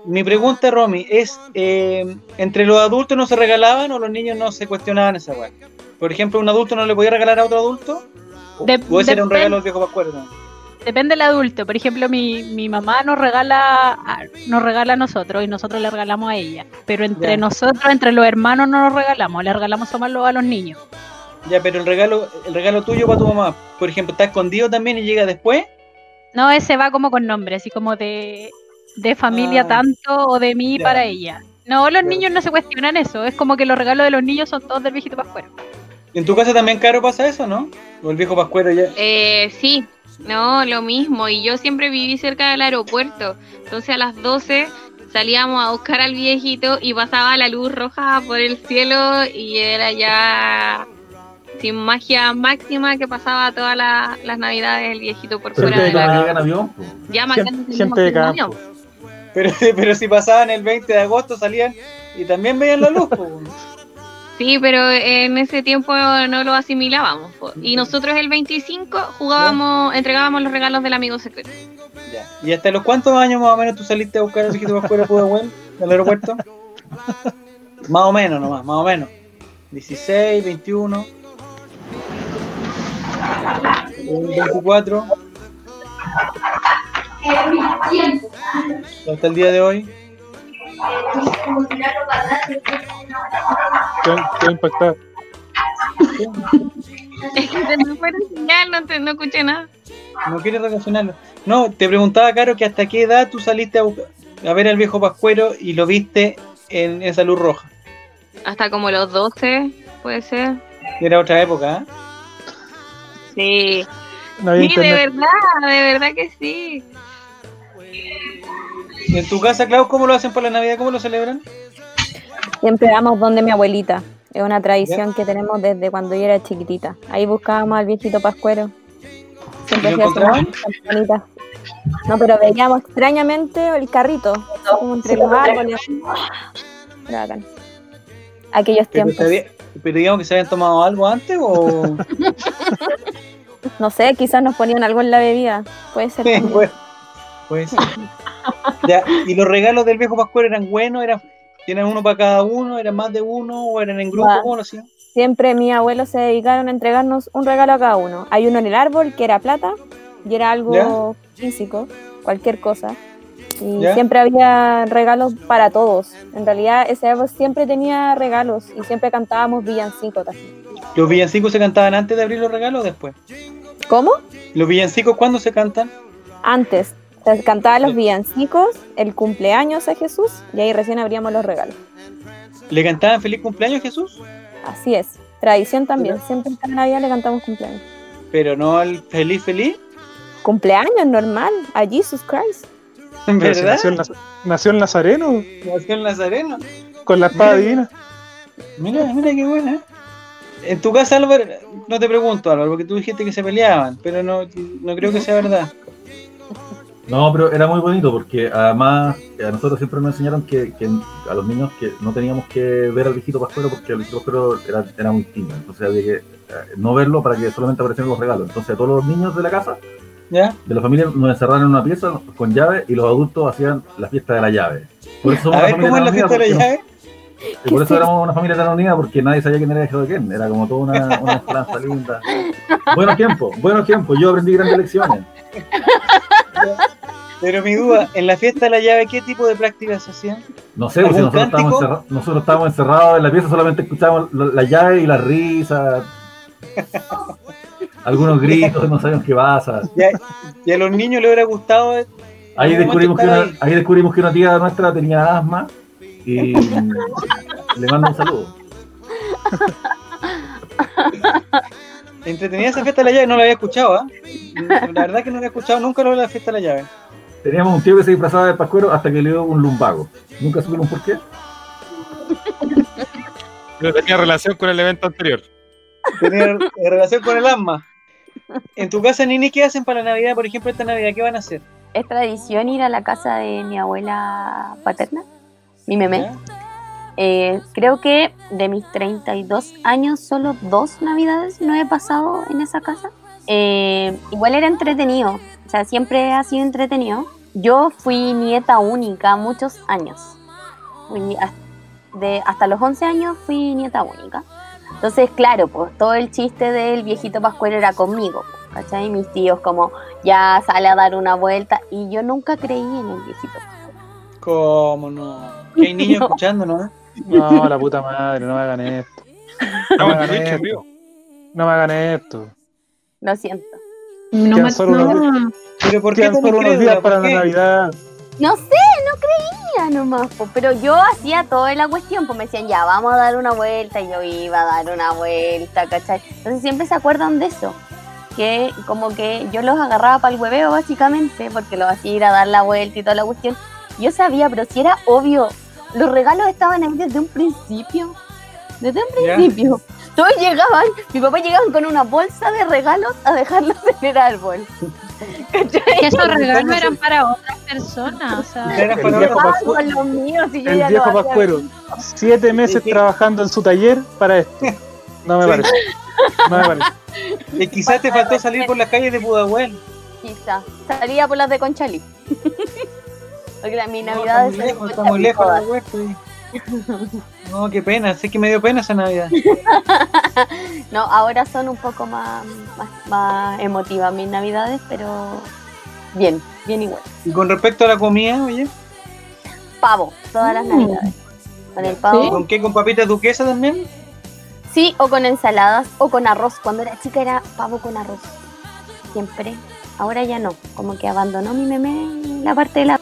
Speaker 1: mi pregunta, Romy, es: eh, ¿entre los adultos no se regalaban o los niños no se cuestionaban esa weá? Por ejemplo, ¿un adulto no le podía regalar a otro adulto? ¿O,
Speaker 5: De-
Speaker 1: o ese era un
Speaker 5: depende.
Speaker 1: regalo del viejo pascuero? no?
Speaker 5: Depende del adulto. Por ejemplo, mi, mi mamá nos regala, a- nos regala a nosotros y nosotros le regalamos a ella. Pero entre
Speaker 1: Ya.
Speaker 5: nosotros, entre los hermanos, no nos regalamos. Le regalamos más a los niños.
Speaker 1: Ya, pero el regalo, el regalo tuyo para tu mamá, por ejemplo, está escondido también y llega después.
Speaker 5: No, ese va como con nombre, así como de, de familia
Speaker 1: Ah.
Speaker 5: tanto o de mí
Speaker 1: Ya.
Speaker 5: para ella. No, los
Speaker 1: Ya.
Speaker 5: niños no se cuestionan eso. Es como que los regalos de los niños son todos del viejito pascuero.
Speaker 1: En tu casa también, Caro, pasa eso, ¿no? O el viejo Pascuero ya.
Speaker 9: Eh, sí, no, lo mismo. Y yo siempre viví cerca del aeropuerto. Entonces a las 12 salíamos a buscar al viejito y pasaba la luz roja por el cielo y era ya sin magia máxima que pasaba todas la- las navidades el viejito por
Speaker 7: Pero
Speaker 9: fuera
Speaker 7: ustedes
Speaker 9: de
Speaker 7: cada
Speaker 9: la...
Speaker 7: vez llegan avión, po.
Speaker 9: Ya
Speaker 3: Gente,
Speaker 9: marcando el
Speaker 3: gente de
Speaker 9: mismo
Speaker 3: campo.
Speaker 9: año.
Speaker 1: Pero, pero si pasaban el 20 de agosto salían y también veían la luz. po.
Speaker 9: Sí, pero en ese tiempo no lo asimilábamos. po. Y nosotros el 25 jugábamos, entregábamos los regalos del amigo secreto.
Speaker 1: Ya. ¿Y hasta los cuántos años más o menos tú saliste a buscar al viejito Pascuero Pudahuel del aeropuerto? más o menos nomás, más o menos. 16, 21, 24. Hasta el día de hoy.
Speaker 3: Estoy, estoy impactado.
Speaker 9: Es que se me fue la señal, no, te- no escuché nada.
Speaker 1: No quieres relacionarlo. No, te preguntaba, Caro, que hasta qué edad tú saliste a, buscar- a ver al viejo Pascuero y lo viste en esa luz roja.
Speaker 9: Hasta como los 12, puede ser.
Speaker 1: Era otra época, ¿eh?
Speaker 9: Sí.
Speaker 3: No había
Speaker 9: Sí, de
Speaker 3: internet.
Speaker 9: verdad, de verdad que sí.
Speaker 1: ¿Y en tu casa, Klaus, cómo lo hacen por la Navidad? ¿Cómo lo celebran?
Speaker 4: Siempre vamos donde mi abuelita. Es una tradición que tenemos desde cuando yo era chiquitita. Ahí buscábamos al viejito Pascuero. Siempre
Speaker 1: ¿Y lo
Speaker 4: hacía sus
Speaker 1: encontraban?
Speaker 4: campanitas. No, pero veíamos extrañamente el carrito, como entre los árboles. Era bacán. Aquellos
Speaker 1: Pero,
Speaker 4: tiempos.
Speaker 1: sabía- pero digamos que se habían tomado algo antes o...
Speaker 4: No sé, quizás nos ponían algo en la bebida. Puede ser. también.
Speaker 1: pues, pues. Ya, ¿Y los regalos del viejo Pascuero eran buenos? ¿Eran, ¿Eran uno para cada uno? ¿Eran más de uno? ¿O eran en grupo?
Speaker 4: Guau.
Speaker 1: ¿Cómo lo hacían?
Speaker 4: Siempre mis abuelos se dedicaron a entregarnos un regalo a cada uno. Hay uno en el árbol que era plata y era algo físico, cualquier cosa. Y
Speaker 1: ¿Ya?
Speaker 4: siempre había regalos para todos. En realidad ese árbol siempre tenía regalos y siempre cantábamos villancicos también.
Speaker 1: ¿Los villancicos se cantaban antes de abrir los regalos o después?
Speaker 4: ¿Cómo?
Speaker 1: ¿Los villancicos cuándo se cantan?
Speaker 4: Antes, se cantaba los villancicos, el cumpleaños a Jesús, y ahí recién abríamos los regalos.
Speaker 1: ¿Le cantaban feliz cumpleaños, Jesús?
Speaker 4: Así es. Tradición también. Siempre en cada Navidad le cantamos cumpleaños.
Speaker 1: Pero no al feliz, feliz.
Speaker 4: Cumpleaños, normal. A Jesus Christ.
Speaker 3: Pero si
Speaker 1: ¿Verdad?
Speaker 3: nació, el, naz- nació el Nazareno
Speaker 1: Nació el Nazareno.
Speaker 3: con la espada divina.
Speaker 1: Mira, mira qué buena. ¿eh? En tu casa, Álvaro, no te pregunto, Álvaro, porque tú dijiste que se peleaban, pero no, no creo que sea verdad.
Speaker 7: No, pero era muy bonito porque además eh, a nosotros siempre nos enseñaron que, que a los niños que no teníamos que ver al viejito pascuero porque el viejito pascuero era, era muy tímido. Entonces había que eh, no verlo para que solamente aparecieran los regalos. Entonces a todos los niños de la casa,
Speaker 1: ¿Ya?
Speaker 7: de la familia, nos encerraron en una pieza con llave y los adultos hacían la fiesta de la llave. Por eso somos una
Speaker 1: A ver
Speaker 7: familia pues,
Speaker 1: cómo
Speaker 7: tan unida,
Speaker 1: es la fiesta de la
Speaker 7: porque-
Speaker 1: llave.
Speaker 7: y por eso éramos una familia tan unida porque nadie sabía quién era el hijo de quién. Era como toda una, una esperanza linda. Buenos tiempos, buenos tiempos. Yo aprendí grandes lecciones.
Speaker 1: Pero mi duda, en la fiesta de la llave, ¿qué tipo de prácticas se hacían?
Speaker 7: No sé, porque
Speaker 1: ¿Algún
Speaker 7: nosotros estábamos,
Speaker 1: cántico?
Speaker 7: encerra- nosotros estábamos encerrados en la pieza, solamente escuchábamos la, la llave y la risa. Algunos gritos, no sabíamos qué pasa.
Speaker 1: ¿Y a los niños les hubiera gustado? eh,
Speaker 7: Ahí
Speaker 1: ¿En algún
Speaker 7: descubrimos, que
Speaker 1: momento
Speaker 7: una,
Speaker 1: estaba
Speaker 7: ahí descubrimos que una tía nuestra tenía asma y le mando un saludo.
Speaker 1: Entretenida esa fiesta de la llave, no la había escuchado, ¿ah? La verdad que no la había escuchado nunca lo de la fiesta de la llave.
Speaker 7: Teníamos un tío que se disfrazaba de pascuero hasta que le dio un lumbago. Nunca supimos por qué.
Speaker 2: No tenía relación con el evento anterior.
Speaker 1: Tenía eh, relación con el asma. En tu casa, Nini, ¿qué hacen para la Navidad? Por ejemplo, esta Navidad, ¿qué van a hacer?
Speaker 6: Es tradición ir a la casa de mi abuela paterna, mi memé.
Speaker 1: ¿Ya?
Speaker 6: Eh, creo que de mis 32 años, solo dos navidades no he pasado en esa casa. Eh, igual era entretenido, o sea, siempre ha sido entretenido. Yo fui nieta única muchos años. Fui ni- has- de- hasta los 11 años fui nieta única. Entonces, claro, pues todo el chiste del viejito Pascuero era conmigo, ¿cachai? Mis tíos como, ya sale a dar una vuelta. Y yo nunca creí en el viejito
Speaker 1: ¿Cómo no? Que hay niños escuchándonos, ¿eh?
Speaker 3: No, la puta madre, no me hagan esto.
Speaker 2: Estamos en
Speaker 3: Bueno,
Speaker 2: Twitch,
Speaker 3: eh.
Speaker 2: en vivo.
Speaker 3: No me hagan esto.
Speaker 6: Lo siento.
Speaker 8: No
Speaker 3: Quedan
Speaker 8: me
Speaker 3: solo unos
Speaker 8: no.
Speaker 1: Pero ¿por qué
Speaker 3: Quedan
Speaker 1: tan
Speaker 3: solo unos
Speaker 1: incrédula?
Speaker 3: días para
Speaker 1: ¿Por
Speaker 3: la
Speaker 1: qué?
Speaker 3: Navidad.
Speaker 6: No sé, no creía nomás, po, pero yo hacía toda la cuestión, pues me decían, ya, vamos a dar una vuelta, y yo iba a dar una vuelta, ¿cachai? Entonces siempre se acuerdan de eso, que como que yo los agarraba para el hueveo básicamente, porque los hacía ir a dar la vuelta y toda la cuestión. Yo sabía, pero si era obvio, los regalos estaban ahí desde un principio, desde un
Speaker 1: ¿Ya?
Speaker 6: principio. Todos llegaban, mi papá llegaban con una bolsa de regalos a dejarlos en el árbol. ¿Cachai?
Speaker 5: Que esos regalos eran para otras personas. O sea,
Speaker 1: Era
Speaker 3: El
Speaker 1: para
Speaker 3: viejo,
Speaker 1: otra-
Speaker 6: Ah,
Speaker 3: pascu-
Speaker 6: con los míos, y yo
Speaker 3: el
Speaker 6: ya
Speaker 3: viejo
Speaker 6: los había
Speaker 3: pascuero. Siete meses
Speaker 1: Sí.
Speaker 3: trabajando en su taller para esto. No me
Speaker 1: Sí.
Speaker 3: parece. No me parece.
Speaker 1: Y quizás te faltó salir por las calles de Pudahuel.
Speaker 6: Quizá. Salía por las de Conchalí. Porque la, mi
Speaker 1: No,
Speaker 6: Navidad
Speaker 1: estamos
Speaker 6: es
Speaker 1: lejos, estamos lejos de Pudahuel. sí. No, qué pena, sé que me dio pena esa Navidad.
Speaker 6: No, ahora son un poco más, más, más emotivas mis Navidades, pero bien, bien igual.
Speaker 1: Y con respecto a la comida, oye,
Speaker 6: Pavo, todas las Navidades. Con el pavo.
Speaker 1: ¿con qué? ¿Con papitas duquesa también?
Speaker 6: ¿Sí? o con ensaladas o con arroz. Cuando era chica era pavo con arroz. Siempre. Ahora ya no. Como que abandonó mi meme la parte de la.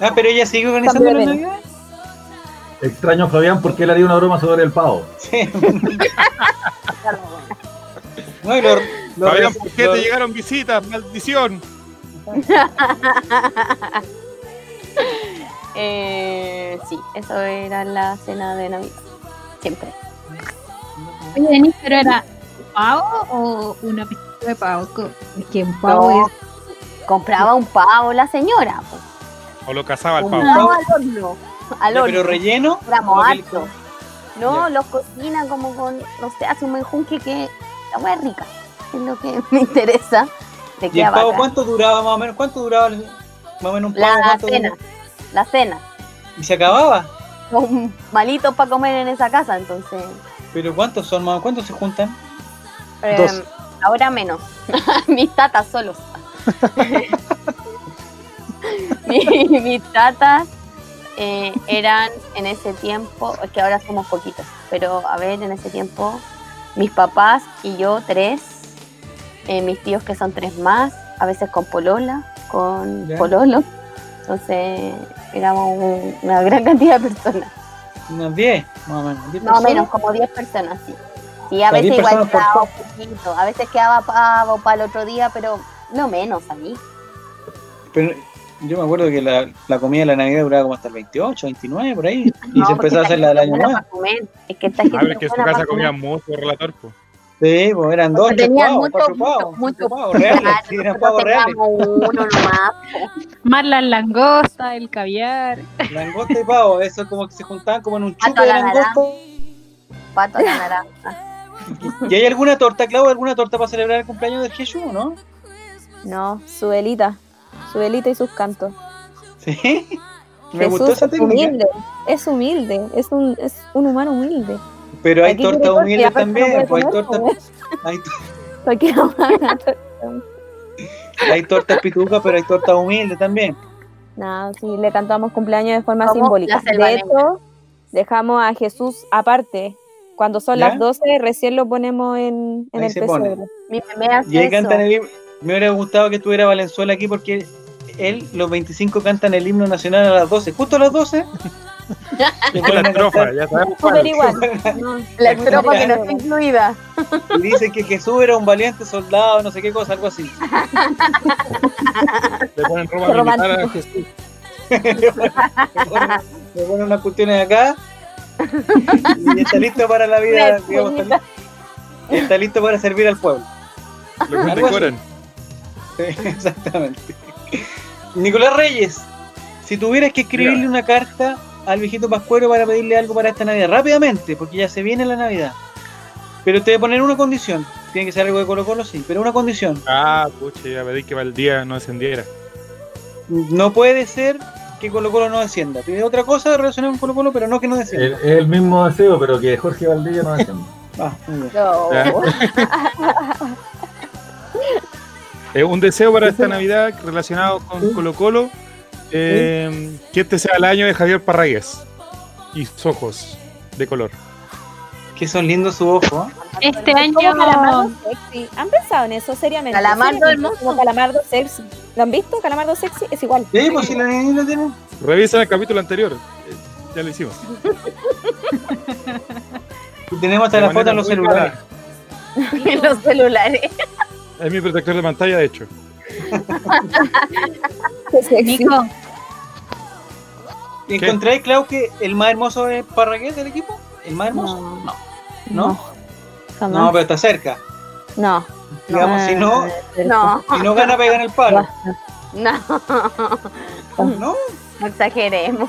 Speaker 1: Ah, pero ella sigue organizando la
Speaker 4: Cambio de
Speaker 1: Navidad.
Speaker 7: Extraño a Fabián porque él haría una broma sobre el pavo.
Speaker 1: Sí. No, y lo, lo-
Speaker 2: Fabián, ¿por qué
Speaker 1: lo-
Speaker 2: te llegaron visitas? ¡Maldición!
Speaker 6: Eh, sí, eso era la cena de Navidad. Siempre.
Speaker 5: oye, Denis, pero era pavo o una pizza de pavo. Co- Es que un pavo
Speaker 6: No,
Speaker 5: es.
Speaker 6: compraba un pavo la señora. pues.
Speaker 2: O lo cazaba el
Speaker 6: Un
Speaker 2: pavo.
Speaker 6: pavo al horno. Al
Speaker 1: Ya,
Speaker 6: horno.
Speaker 1: pero relleno.
Speaker 6: Gramo
Speaker 1: como que-
Speaker 6: harto. No, los cocina como con, no sé, hace un menjunje que la hueá es rica. Es lo que me interesa. De
Speaker 1: ¿Y
Speaker 6: qué
Speaker 1: el pavo
Speaker 6: abarca.
Speaker 1: cuánto duraba más o menos? ¿Cuánto duraba el- más o menos un pavo?
Speaker 6: La
Speaker 1: ¿Cuánto
Speaker 6: cena.
Speaker 1: duraba?
Speaker 6: La cena.
Speaker 1: ¿Y se acababa?
Speaker 6: Son malitos para comer en esa casa, entonces.
Speaker 1: ¿Pero cuántos son más? ¿Cuántos se juntan?
Speaker 6: eh,
Speaker 3: Dos.
Speaker 6: ahora menos. mis tatas solos. Mi- mis tatas eh, eran en ese tiempo, es que ahora somos poquitos, pero a ver, en ese tiempo mis papás y yo tres, eh, mis tíos que son tres más, a veces con Polola, con
Speaker 1: Ya.
Speaker 6: Pololo. Entonces éramos un- una gran cantidad de personas.
Speaker 1: Unas 10, más o menos. 10
Speaker 6: Más o
Speaker 1: personas.
Speaker 6: menos, como 10 personas, sí. Sí, a
Speaker 1: Como 10
Speaker 6: veces igual
Speaker 1: personas por
Speaker 6: quedaba un poquito, a veces quedaba pavo para el otro día, pero no menos a mí.
Speaker 1: Pero yo me acuerdo que la, la comida de la Navidad duraba como hasta el 28, 29, por ahí. Y
Speaker 6: No,
Speaker 1: se
Speaker 6: porque
Speaker 1: empezó a
Speaker 6: esta
Speaker 1: hacer la del
Speaker 6: gente
Speaker 1: año
Speaker 6: es buena
Speaker 1: nuevo.
Speaker 6: pa' comer. Es que esta gente
Speaker 2: A ver,
Speaker 6: es
Speaker 2: Ah, que en su
Speaker 6: buena
Speaker 2: casa
Speaker 6: pa' comer.
Speaker 2: comía mucho relator, pues.
Speaker 1: Sí, pues eran dos, tres
Speaker 6: tenían
Speaker 1: pavos,
Speaker 6: mucho,
Speaker 1: cuatro
Speaker 6: mucho,
Speaker 1: pavos,
Speaker 6: mucho.
Speaker 1: cinco pavos reales.
Speaker 6: Claro,
Speaker 1: sí, eran
Speaker 6: nosotros
Speaker 1: pavos reales.
Speaker 6: teníamos uno nomás.
Speaker 5: Más las langostas, el caviar.
Speaker 1: Langosta y pavo, eso es como que se juntaban como en un
Speaker 6: Pato
Speaker 1: chupe
Speaker 6: a
Speaker 1: de
Speaker 6: la
Speaker 1: langosta.
Speaker 6: Pato a la naranja.
Speaker 1: ¿Y hay alguna torta, Clau, alguna torta para celebrar el cumpleaños de Jesús, no?
Speaker 4: No, su velita. Su velita y sus cantos.
Speaker 1: Sí. Me
Speaker 4: Jesús
Speaker 1: gustó esa
Speaker 4: es
Speaker 1: técnica.
Speaker 4: humilde, es humilde, es un, es un humano humilde.
Speaker 1: Pero hay
Speaker 4: Aquí
Speaker 1: torta
Speaker 4: tiene torta y
Speaker 1: humilde
Speaker 4: aparte no puede
Speaker 1: también, pues hay
Speaker 4: comer,
Speaker 1: torta.
Speaker 4: pues.
Speaker 1: Hay, to-
Speaker 4: Porque no van a
Speaker 1: hay torta pituca, pero hay torta humilde también.
Speaker 4: No, sí, le cantamos cumpleaños de forma
Speaker 6: ¿Cómo?
Speaker 4: simbólica.
Speaker 6: La
Speaker 4: De
Speaker 6: selvanenga.
Speaker 4: hecho, dejamos a Jesús aparte. Cuando son
Speaker 1: ¿Ya?
Speaker 4: las 12, recién lo ponemos en, en
Speaker 1: Ahí
Speaker 4: el
Speaker 1: se pone.
Speaker 4: pesebre.
Speaker 6: Mi bebé hace
Speaker 1: Y ahí
Speaker 6: eso.
Speaker 1: cantan el himno. Me hubiera gustado que estuviera Valenzuela aquí porque él, los 25, cantan el himno nacional a las 12. Justo a las 12. Se
Speaker 2: Con
Speaker 1: ponen
Speaker 2: la
Speaker 1: a
Speaker 2: estrofa,
Speaker 1: cantar.
Speaker 2: ya sabemos
Speaker 4: Súper
Speaker 2: cuál.
Speaker 4: igual.
Speaker 6: La estrofa que no
Speaker 4: Claro.
Speaker 6: está incluida.
Speaker 1: Y dice que Jesús era un valiente soldado, no sé qué cosa, algo así.
Speaker 2: Le ponen
Speaker 4: Qué
Speaker 2: ropa militar a
Speaker 4: romántico.
Speaker 2: Jesús.
Speaker 1: Le ponen- le ponen unas cuestiones acá. Y está listo para la vida. digamos, está listo, y está listo para servir al pueblo.
Speaker 2: Lo
Speaker 1: Algo
Speaker 2: que
Speaker 1: así.
Speaker 2: decoran.
Speaker 1: Sí, Exactamente. Nicolás Reyes, si tuvieras que escribirle una carta al viejito Pascuero para pedirle algo para esta Navidad, rápidamente, porque ya se viene la Navidad. Pero te voy a poner una condición. Tiene que ser algo de Colo Colo, sí, pero una condición.
Speaker 2: Ah, pucha, ya pedí que Valdía no ascendiera.
Speaker 1: No puede ser que Colo Colo no descienda. Pide otra cosa relacionada con Colo Colo, pero no que no
Speaker 7: El,
Speaker 1: descienda.
Speaker 7: el mismo deseo, pero que Jorge Valdivia no haciendo.
Speaker 1: Ah, muy bien.
Speaker 6: No.
Speaker 2: Ya.
Speaker 1: Oh,
Speaker 2: Eh, un deseo para esta Navidad relacionado con Colo Colo. eh, que este sea el año de Javier Parragués y sus ojos de color.
Speaker 1: Que son lindos sus ojos. ¿eh?
Speaker 9: Este
Speaker 4: Es como
Speaker 9: año
Speaker 4: calamardo sexy. ¿Han pensado en eso seriamente?
Speaker 6: Calamardo
Speaker 4: Seriamente,
Speaker 6: hermoso.
Speaker 4: como calamardo sexy. ¿Lo han visto? Calamardo sexy es igual.
Speaker 1: Sí, pues si la niña lo tiene.
Speaker 2: Revisa el capítulo anterior. eh, ya lo hicimos.
Speaker 1: Y tenemos hasta
Speaker 2: De
Speaker 1: la foto
Speaker 2: manera
Speaker 1: en los
Speaker 2: muy
Speaker 1: celulares.
Speaker 2: clara.
Speaker 6: En los celulares.
Speaker 2: Es mi protector de pantalla, de hecho.
Speaker 4: Qué sexy.
Speaker 5: Nico,
Speaker 1: ¿Y ¿Encontráis, Clau, que el más hermoso es Parragués del equipo? ¿El más hermoso? No. ¿No?
Speaker 4: Jamás.
Speaker 1: No, pero está cerca.
Speaker 4: No.
Speaker 1: Digamos, si no,
Speaker 6: No,
Speaker 1: si no gana, pegan el palo.
Speaker 6: no.
Speaker 1: ¿No?
Speaker 6: No exageremos.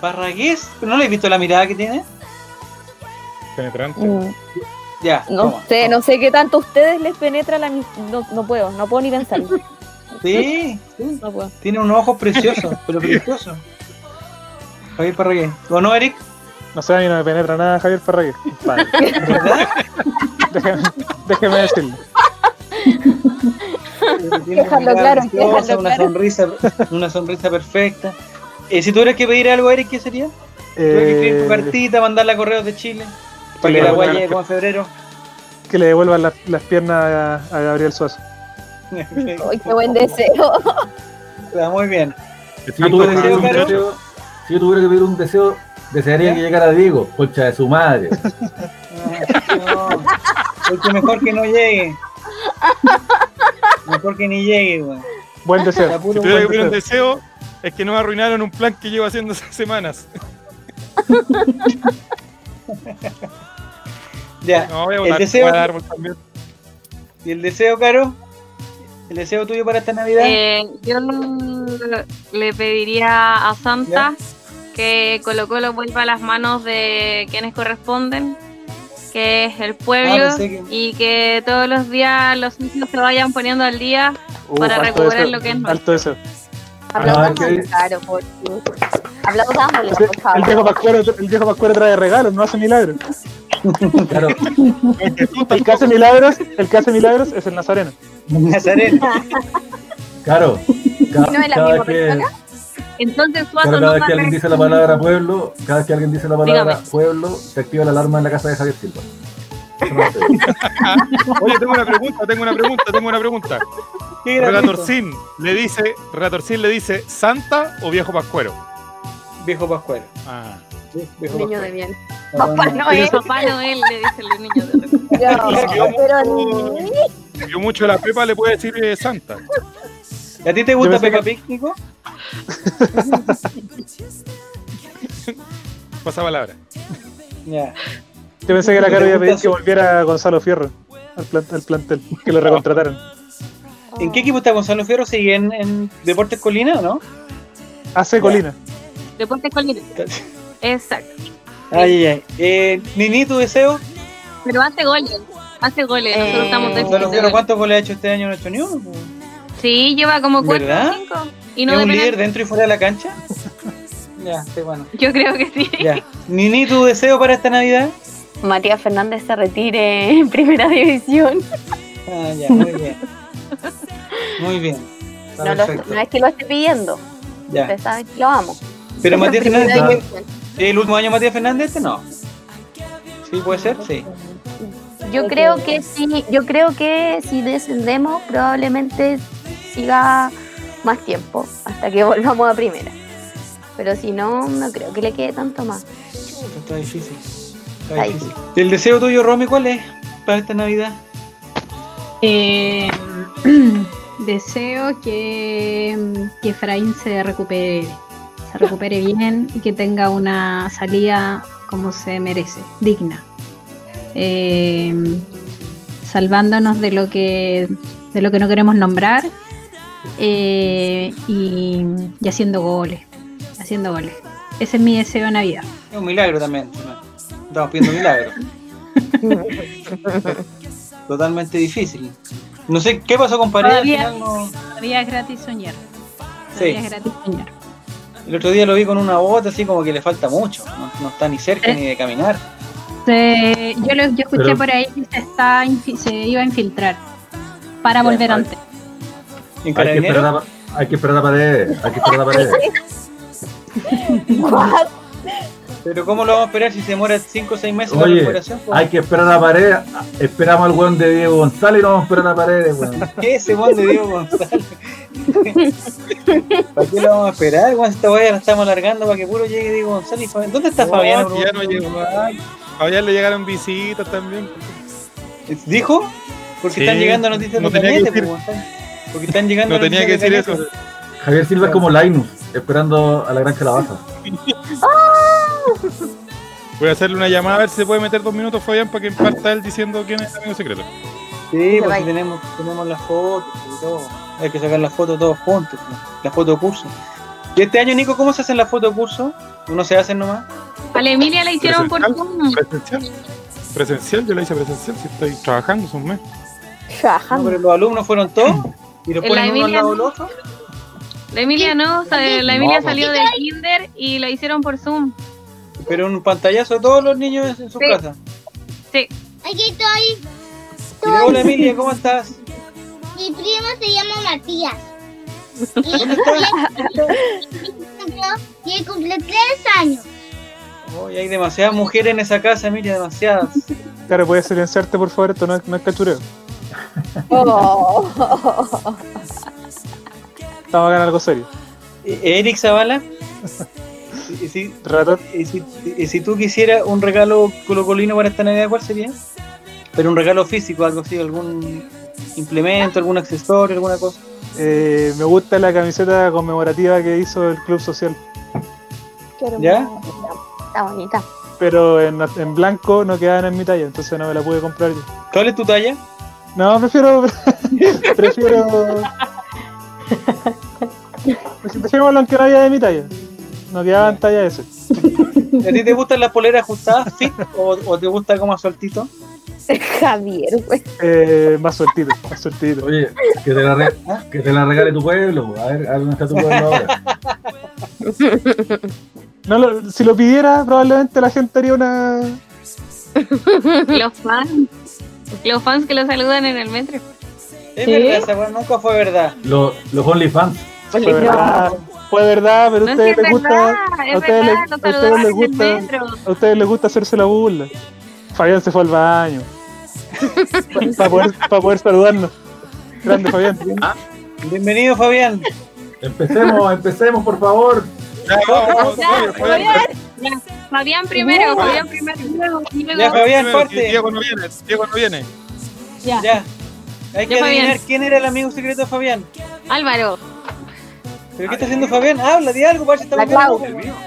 Speaker 1: Parragués, ¿no le he visto la mirada que tiene?
Speaker 2: Penetrante.
Speaker 4: Mm,
Speaker 1: Ya.
Speaker 4: No
Speaker 1: toma.
Speaker 4: sé, no sé qué tanto a ustedes les penetra la mis- no, no puedo, no puedo ni pensar.
Speaker 1: Sí, sí,
Speaker 4: No puedo.
Speaker 1: tiene unos ojos preciosos, pero preciosos. Javier Parragués. ¿O no, Eric?
Speaker 3: No sé, a mí no me penetra nada Javier Ferreira. compadre.
Speaker 1: ¿Verdad?
Speaker 3: déjeme, déjeme decirlo.
Speaker 1: Tiene una
Speaker 4: Déjalo
Speaker 1: mirada
Speaker 4: claro,
Speaker 1: preciosa,
Speaker 4: déjalo
Speaker 1: una
Speaker 4: claro.
Speaker 1: sonrisa, una sonrisa perfecta. Eh, si tuvieras que pedir algo, Eric, ¿qué sería? Tuvieras que escribir tu
Speaker 3: Eh,
Speaker 1: cartita, mandarla a correos de Chile, para
Speaker 3: le
Speaker 1: que la
Speaker 3: devuelvan
Speaker 1: guay
Speaker 3: las
Speaker 1: llegue como en febrero.
Speaker 3: que le devuelvan las, las piernas a, a Gabriel Suazo.
Speaker 4: Ay, qué buen deseo.
Speaker 1: Está Ah, muy bien.
Speaker 7: Si yo, tuviera que pedir un deseo, si yo tuviera que pedir un deseo, desearía que llegara Diego, concha de su madre.
Speaker 1: No, no. Porque mejor que no llegue. Mejor que ni llegue, weón.
Speaker 3: Buen
Speaker 1: Está
Speaker 3: deseo.
Speaker 1: Ah, puro
Speaker 2: Si tuviera que
Speaker 1: buen
Speaker 2: pedir un
Speaker 1: deseo.
Speaker 2: deseo, es que no me arruinaron un plan que llevo haciendo hace semanas.
Speaker 1: Ya.
Speaker 2: No, voy a volar,
Speaker 1: deseo-
Speaker 2: voy a dar árbol también.
Speaker 1: ¿Y el deseo, Caro? ¿El deseo tuyo para esta Navidad?
Speaker 9: Eh, yo le pediría a Santa que Colo Colo vuelva a las manos de quienes corresponden, que es el pueblo,
Speaker 1: Ah, pensé que-
Speaker 9: y que todos los días los hijos se vayan poniendo al día.
Speaker 3: Uh,
Speaker 9: para
Speaker 3: alto
Speaker 9: recuperar
Speaker 3: deseo,
Speaker 9: lo que es nuestro.
Speaker 3: Alto deseo.
Speaker 1: Ah,
Speaker 6: Aplaudámosle,
Speaker 7: ok.
Speaker 6: claro, por favor. Aplaudámosle, por
Speaker 3: El viejo
Speaker 6: favor.
Speaker 3: Pascuero, el viejo Pascuero trae regalos, no hace milagros.
Speaker 7: Claro,
Speaker 3: El que hace milagros, el que hace milagros es el Nazareno.
Speaker 1: Nazareno.
Speaker 6: Ah.
Speaker 7: claro. Ca-
Speaker 6: ¿No es la
Speaker 7: cada
Speaker 6: misma
Speaker 7: que-
Speaker 6: persona?
Speaker 9: Entonces, Suazo
Speaker 7: Claro,
Speaker 9: no
Speaker 7: cada vez
Speaker 9: va
Speaker 7: que
Speaker 9: a
Speaker 7: alguien dice la pues, palabra pueblo, cada vez que alguien dice la palabra pueblo, se activa la alarma en la casa de Javier Silva. Eso no lo sé.
Speaker 2: Oye, tengo una pregunta, tengo una pregunta, tengo una pregunta.
Speaker 1: ¿Qué gratuito?
Speaker 2: Relatorcín le dice, Relatorcín le dice, ¿santa o viejo pascuero?
Speaker 1: Viejo Pascuero.
Speaker 2: Ah.
Speaker 1: Viejo
Speaker 8: Niño
Speaker 1: Pascuero.
Speaker 8: de miel.
Speaker 6: Papá Noel.
Speaker 9: Papá Noel le dice el niño de los-
Speaker 2: Yo,
Speaker 4: Pero ni-
Speaker 2: yo mucho la pepa le puede decir eh, santa.
Speaker 1: ¿Y ¿A ti te gusta
Speaker 3: pensé
Speaker 1: Peppa
Speaker 3: que-
Speaker 1: Pig, Nico?
Speaker 2: Pasa palabra.
Speaker 1: Ya.
Speaker 3: Yo pensé que la Caro iba a pedir
Speaker 1: Preguntas-
Speaker 3: que volviera Gonzalo Fierro al plan- al plantel, que lo recontrataran.
Speaker 1: ¿En qué equipo está Gonzalo Fierro? ¿Sigue en, en Deportes Colina o no?
Speaker 3: AC Colina.
Speaker 9: Deportes Colina. Exacto.
Speaker 1: Ay, ay, ay. Ah, Eh, Nini, tu deseo.
Speaker 9: Pero hace goles. Hace goles. Nosotros
Speaker 6: Eh,
Speaker 9: estamos
Speaker 6: Gonzalo
Speaker 1: Gonzalo
Speaker 9: déficit de
Speaker 1: Fierro,
Speaker 9: goles.
Speaker 1: ¿cuántos goles ha hecho este año? ¿No ha hecho ni uno?
Speaker 9: Sí, lleva como cuatro
Speaker 1: ¿Verdad?
Speaker 9: o cinco. Y no
Speaker 1: ¿Es
Speaker 9: de
Speaker 1: un líder
Speaker 9: penal.
Speaker 1: dentro y fuera de la cancha? ya, qué bueno.
Speaker 9: Yo creo que sí.
Speaker 1: Ya. Nini, tu deseo para esta Navidad.
Speaker 6: Matías Fernández se retire en primera división.
Speaker 1: Ah, ya, muy bien. Muy bien. Está
Speaker 6: No, lo-
Speaker 1: perfecto.
Speaker 6: no es que lo esté pidiendo,
Speaker 1: ya.
Speaker 6: ustedes saben que lo amo. Siempre
Speaker 1: Pero Matías
Speaker 6: en primera
Speaker 1: Fernández,
Speaker 6: división.
Speaker 1: ¿el último año Matías Fernández este? No. Sí, puede ser, sí.
Speaker 6: Yo creo que sí, yo creo que si descendemos probablemente siga más tiempo hasta que volvamos a primera. Pero si no, no creo que le quede tanto más.
Speaker 1: Esto Está difícil. Está
Speaker 6: Está
Speaker 1: difícil. ¿Y el deseo tuyo, Romy, cuál es para esta Navidad?
Speaker 5: Eh, deseo que, que Efraín se recupere, se recupere bien y que tenga una salida como se merece, digna. Eh, salvándonos de lo que de lo que no queremos nombrar eh, y, y haciendo goles, haciendo goles. Ese es mi deseo de Navidad.
Speaker 1: Es un milagro también. ¿no? Estamos pidiendo milagros. Totalmente difícil. No sé qué pasó con Paredes. al
Speaker 5: Todavía-
Speaker 1: final no-
Speaker 5: Todavía es gratis soñar. Todavía es
Speaker 1: Sí,
Speaker 5: gratis soñar.
Speaker 1: el otro día lo vi con una bota así como que le falta mucho. No, no está ni cerca ni de caminar.
Speaker 5: Se- yo, lo, yo escuché
Speaker 7: Pero-
Speaker 5: por ahí que se, está infi- se iba a infiltrar para
Speaker 1: Ya,
Speaker 5: volver
Speaker 1: ahí.
Speaker 5: antes.
Speaker 1: Y En
Speaker 7: Hay que
Speaker 1: Carabineros,
Speaker 7: esperar a, hay que esperar a paredes. Hay que
Speaker 6: Ah,
Speaker 7: esperar a paredes.
Speaker 6: What?
Speaker 1: Pero ¿cómo lo vamos a esperar si se demora 5 o 6 meses la
Speaker 7: Oye,
Speaker 1: recuperación? po?
Speaker 7: Hay que esperar a paredes. Esperamos al weón de Diego González y no vamos a esperar a paredes, weón.
Speaker 1: Ese buen de Diego González. ¿Para qué lo vamos a esperar? Bueno, esta weá la estamos alargando para que puro llegue Diego González. Fabián- ¿Dónde está Fabián?
Speaker 2: Oh, que ya no llegó. Fabián le llegaron visitas también.
Speaker 1: ¿Dijo? Porque
Speaker 2: Sí,
Speaker 1: están llegando noticias
Speaker 2: no
Speaker 1: de pues,
Speaker 2: tenía que
Speaker 1: Cañete,
Speaker 2: decir-
Speaker 1: po, González. Porque están llegando
Speaker 2: No tenía que
Speaker 1: noticias de
Speaker 2: decir
Speaker 1: Cañete.
Speaker 2: eso.
Speaker 7: Javier Silva es como Linus, esperando a la gran calabaza.
Speaker 1: ¡Ah!
Speaker 2: Voy a hacerle una llamada a ver si se puede meter dos minutos Fabián para que parta él diciendo quién es el amigo secreto.
Speaker 1: Sí, pues,
Speaker 6: Se
Speaker 1: porque
Speaker 6: vaya.
Speaker 1: tenemos, tenemos las fotos y todo. Hay que sacar las fotos todos juntos, po, las fotos de curso. ¿Y este año, Nico, cómo se hacen las fotos de curso? ¿No se hacen nomás?
Speaker 9: A la Emilia la hicieron por
Speaker 2: Presentar.
Speaker 9: Zoom.
Speaker 2: Presencial. Presencial, yo le hice presencial si estoy trabajando, son mes.
Speaker 1: Ah, No,
Speaker 4: Trabajando.
Speaker 1: pero los alumnos fueron todos y los
Speaker 9: En la
Speaker 1: ponen uno al
Speaker 9: Emilia
Speaker 1: lado del otro.
Speaker 9: La Emilia no, o sea, la Emilia salió del kinder y la hicieron por Zoom.
Speaker 1: Pero un pantallazo de todos los niños en su
Speaker 9: Sí.
Speaker 1: casa.
Speaker 10: Aquí estoy.
Speaker 1: Y luego, hola Emilia, ¿cómo estás?
Speaker 10: Mi primo se llama Matías.
Speaker 1: ¿Dónde estás?
Speaker 10: Y él cumple tres años.
Speaker 1: Hoy hay demasiadas mujeres en esa casa, Emilia, demasiadas.
Speaker 3: Claro, ¿puedes silenciarte, por favor? Esto no es, no es cachureo.
Speaker 4: Oh.
Speaker 3: Estamos acá en algo serio.
Speaker 1: E- Eric Zavala, y si,
Speaker 3: Relator,
Speaker 1: y si- y si tú quisieras un regalo colocolino para esta Navidad, ¿cuál sería? Pero un regalo físico, algo así, algún implemento, algún accesorio, alguna cosa.
Speaker 3: eh, me gusta la camiseta conmemorativa que hizo el Club Social,
Speaker 4: Qué hermoso.
Speaker 1: ¿Ya?
Speaker 6: Está bonita.
Speaker 3: pero en, en blanco no quedaban en mi talla, entonces no me la pude comprar yo.
Speaker 1: ¿Cuál es tu talla?
Speaker 3: No, prefiero. prefiero. Dejémoslo en que no haya de mi talla. No quedaba en talla ese.
Speaker 1: ¿A ti te gustan las poleras ajustadas, fit? ¿O, o te gusta como a sueltito?
Speaker 4: Javier, güey.
Speaker 3: Eh, más sueltito, más sueltito.
Speaker 7: Oye, que te la, re- que te la regale tu pueblo. A ver, a ver dónde está tu pueblo ahora.
Speaker 3: No lo- si lo pidiera, probablemente la gente haría una.
Speaker 9: Los fans. Los fans que lo saludan en el metro.
Speaker 1: Es verdad, esa weá nunca fue verdad.
Speaker 7: Los, los OnlyFans.
Speaker 3: Fue verdad, fue verdad, pero
Speaker 9: No
Speaker 3: a
Speaker 9: es
Speaker 3: ustedes
Speaker 9: que es
Speaker 3: les
Speaker 9: verdad,
Speaker 3: gusta. a
Speaker 9: es
Speaker 3: ustedes
Speaker 9: verdad,
Speaker 3: les-
Speaker 9: lo
Speaker 3: a ustedes
Speaker 9: saludaron
Speaker 3: les
Speaker 9: en el
Speaker 3: gusta-
Speaker 9: metro.
Speaker 3: A ustedes les gusta hacerse la burla. Fabián se fue al baño. Para poder, pa poder saludarnos. Grande Fabián.
Speaker 1: Bienvenido, Fabián.
Speaker 7: Empecemos, empecemos, por favor.
Speaker 9: Ya, Fabián, ya, Fabián primero, Fabián primero. y luego-
Speaker 1: Ya, Fabián,
Speaker 2: Primero,
Speaker 1: parte.
Speaker 2: que Diego no viene. Diego no viene.
Speaker 1: Ya. Hay que
Speaker 9: Ya, Fabián.
Speaker 1: adivinar quién era el amigo secreto de Fabián.
Speaker 9: Álvaro.
Speaker 1: ¿Pero qué está haciendo Fabián? Habla, di algo, parece que está
Speaker 6: La
Speaker 1: volviendo
Speaker 6: Clau.
Speaker 1: loco.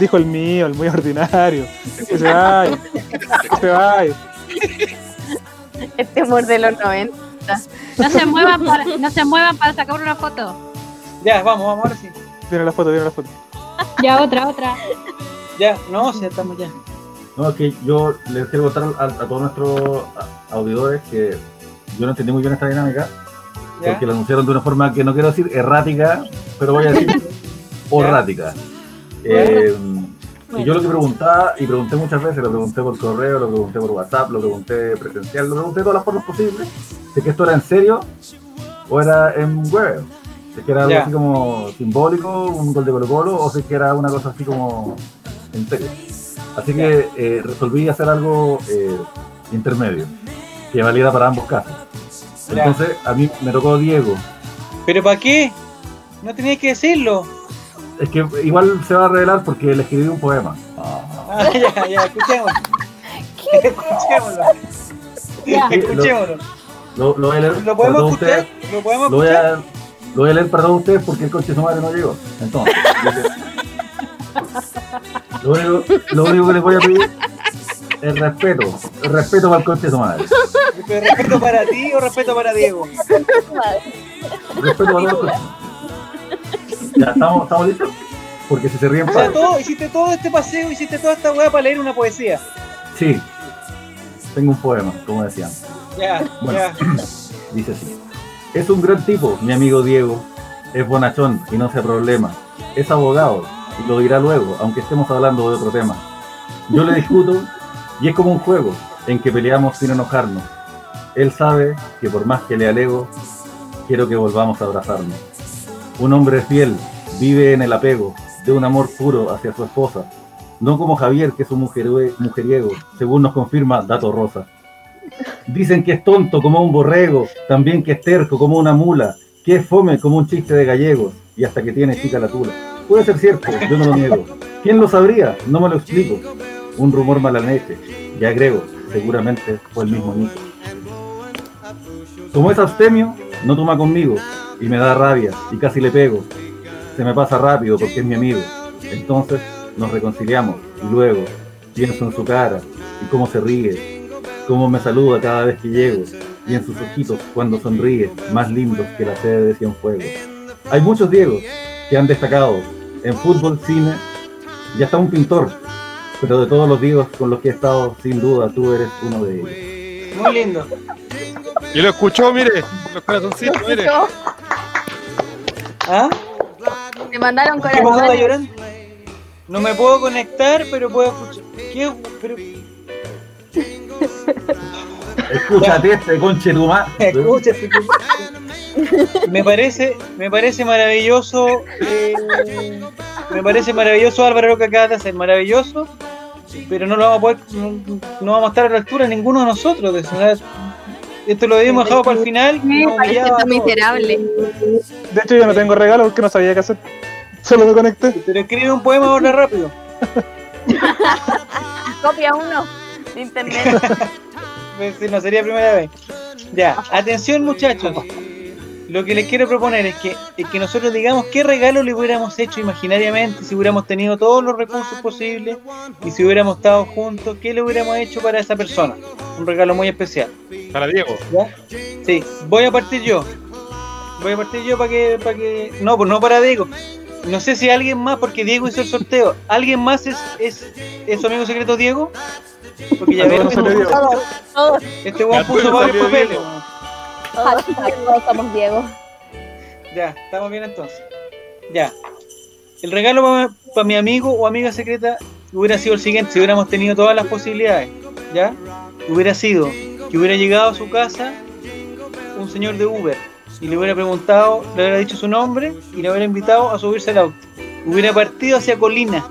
Speaker 3: Dijo el mío, el muy ordinario. Que se vaya. Que se vaya.
Speaker 6: Este amor de los 90.
Speaker 5: No se muevan para, no se muevan para sacar una foto.
Speaker 1: Ya, vamos, vamos, ahora sí.
Speaker 3: Viene la foto, viene la foto.
Speaker 5: Ya otra, otra.
Speaker 1: Ya, no, si ya estamos ya.
Speaker 7: No, es que yo les quiero contar a, a todos nuestros a- auditores que yo no entendí muy bien esta dinámica,
Speaker 1: Ya,
Speaker 7: porque la anunciaron de una forma que no quiero decir errática, pero voy a decir errática. Eh, y yo lo que preguntaba, y pregunté muchas veces, lo pregunté por correo, lo pregunté por WhatsApp, lo pregunté presencial, lo pregunté de todas las formas posibles, de que esto era en serio o era en huevo. Si es que era algo
Speaker 1: Ya.
Speaker 7: así como simbólico, un gol de Colo Colo, o si es que era una cosa así como en serio. Así que eh, resolví hacer algo eh, intermedio, que valiera para ambos casos.
Speaker 1: ya.
Speaker 7: Entonces a mí me tocó Diego.
Speaker 1: ¿Pero para qué? No tenías que decirlo.
Speaker 7: Es que igual se va a revelar porque le escribí un poema.
Speaker 1: Ah, ya, ya, escuchémoslo. escuchémoslo.
Speaker 5: Ya.
Speaker 1: Escuchémoslo.
Speaker 7: Lo, lo voy a leer para todos
Speaker 1: ¿Lo podemos escuchar?
Speaker 7: ustedes.
Speaker 1: ¿Lo podemos
Speaker 7: Lo voy,
Speaker 1: escuchar?
Speaker 7: a, lo voy a leer para todos ustedes porque el coche de su madre no llegó. Entonces, dice, lo, único, lo único que les voy a pedir es respeto. Respeto para el coche de su madre.
Speaker 1: ¿Pero ¿Respeto para ti o respeto para Diego?
Speaker 7: Respeto para el coche. Ya, ¿estamos, ¿estamos listos? Porque si se ríen,
Speaker 1: O sea,
Speaker 7: para.
Speaker 1: todo, hiciste todo este paseo, hiciste toda esta weá para leer una poesía.
Speaker 7: Sí. Tengo un poema, como decían.
Speaker 1: Ya,
Speaker 7: Bueno.
Speaker 1: ya.
Speaker 7: Dice así. Es un gran tipo, mi amigo Diego. Es bonachón y no sea problema. Es abogado y lo dirá luego, aunque estemos hablando de otro tema. Yo le discuto y es como un juego en que peleamos sin enojarnos. Él sabe que por más que le alego, quiero que volvamos a abrazarnos. Un hombre fiel vive en el apego de un amor puro hacia su esposa. No como Javier, que es un mujerue- mujeriego, según nos confirma Dato Rosa. Dicen que es tonto como un borrego, también que es terco como una mula, que es fome como un chiste de gallegos, y hasta que tiene chica la tula. Puede ser cierto, yo no lo niego. ¿Quién lo sabría? No me lo explico. Un rumor malanete, y agrego, seguramente fue el mismo Nico. Como es abstemio, no toma conmigo, y me da rabia, y casi le pego. Se me pasa rápido porque es mi amigo. Entonces nos reconciliamos, y luego pienso en su cara, y cómo se ríe, cómo me saluda cada vez que llego, y en sus ojitos cuando sonríe, más lindos que la sede de Cienfuegos. Hay muchos Diegos que han destacado en fútbol, cine y hasta un pintor, pero de todos los Diegos con los que he estado, sin duda tú eres uno de ellos.
Speaker 1: Muy lindo.
Speaker 2: Y lo escuchó, mire. Los corazoncitos, mire.
Speaker 1: ¿Ah?
Speaker 6: Me mandaron
Speaker 1: ¿Qué pasó? ¿Está
Speaker 6: corazones.
Speaker 1: llorando? No me puedo conectar, pero puedo escuchar. ¿Qué? Pero-
Speaker 7: Escúchate este conche tu ma-
Speaker 1: Escucha, escucha. me parece, me parece maravilloso, eh, me parece maravilloso Álvaro lo que acabas de hacer, maravilloso, pero no lo vamos a poder, no, no vamos a estar a la altura ninguno de nosotros. de eso, ¿sabes? Esto lo habíamos dejado para el final. y
Speaker 6: Me
Speaker 1: nos
Speaker 6: parece
Speaker 1: humillaba a
Speaker 6: tan
Speaker 1: todos.
Speaker 6: miserable.
Speaker 3: De hecho, yo no tengo regalo porque no sabía qué hacer. Solo me conecté.
Speaker 1: Pero escribe un poema ahora rápido.
Speaker 6: Copia uno de internet.
Speaker 1: pues, Si no sería primera vez. Ya, atención muchachos. Lo que les quiero proponer es que, es que nosotros digamos qué regalo le hubiéramos hecho imaginariamente si hubiéramos tenido todos los recursos posibles y si hubiéramos estado juntos, qué le hubiéramos hecho para esa persona. Un regalo muy especial.
Speaker 2: Para Diego.
Speaker 1: ¿ya? Sí, voy a partir yo. Voy a partir yo para que, para que... No, pues no para Diego. No sé si alguien más, porque Diego hizo el sorteo. ¿Alguien más es, es, es su amigo secreto Diego? Porque ya
Speaker 3: A todos
Speaker 1: vieron
Speaker 3: nos salió Diego.
Speaker 1: este weón
Speaker 2: Ya,
Speaker 1: puso
Speaker 2: pero
Speaker 1: varios
Speaker 2: salió
Speaker 1: papeles.
Speaker 2: Diego.
Speaker 1: weón.
Speaker 4: Todos somos Diego.
Speaker 1: Ya, estamos bien entonces. Ya. El regalo para mi amigo o amiga secreta hubiera sido el siguiente, si hubiéramos tenido todas las posibilidades. ¿Ya? Hubiera sido que hubiera llegado a su casa un señor de Uber y le hubiera preguntado, le hubiera dicho su nombre y le hubiera invitado a subirse al auto. Hubiera partido hacia Colina.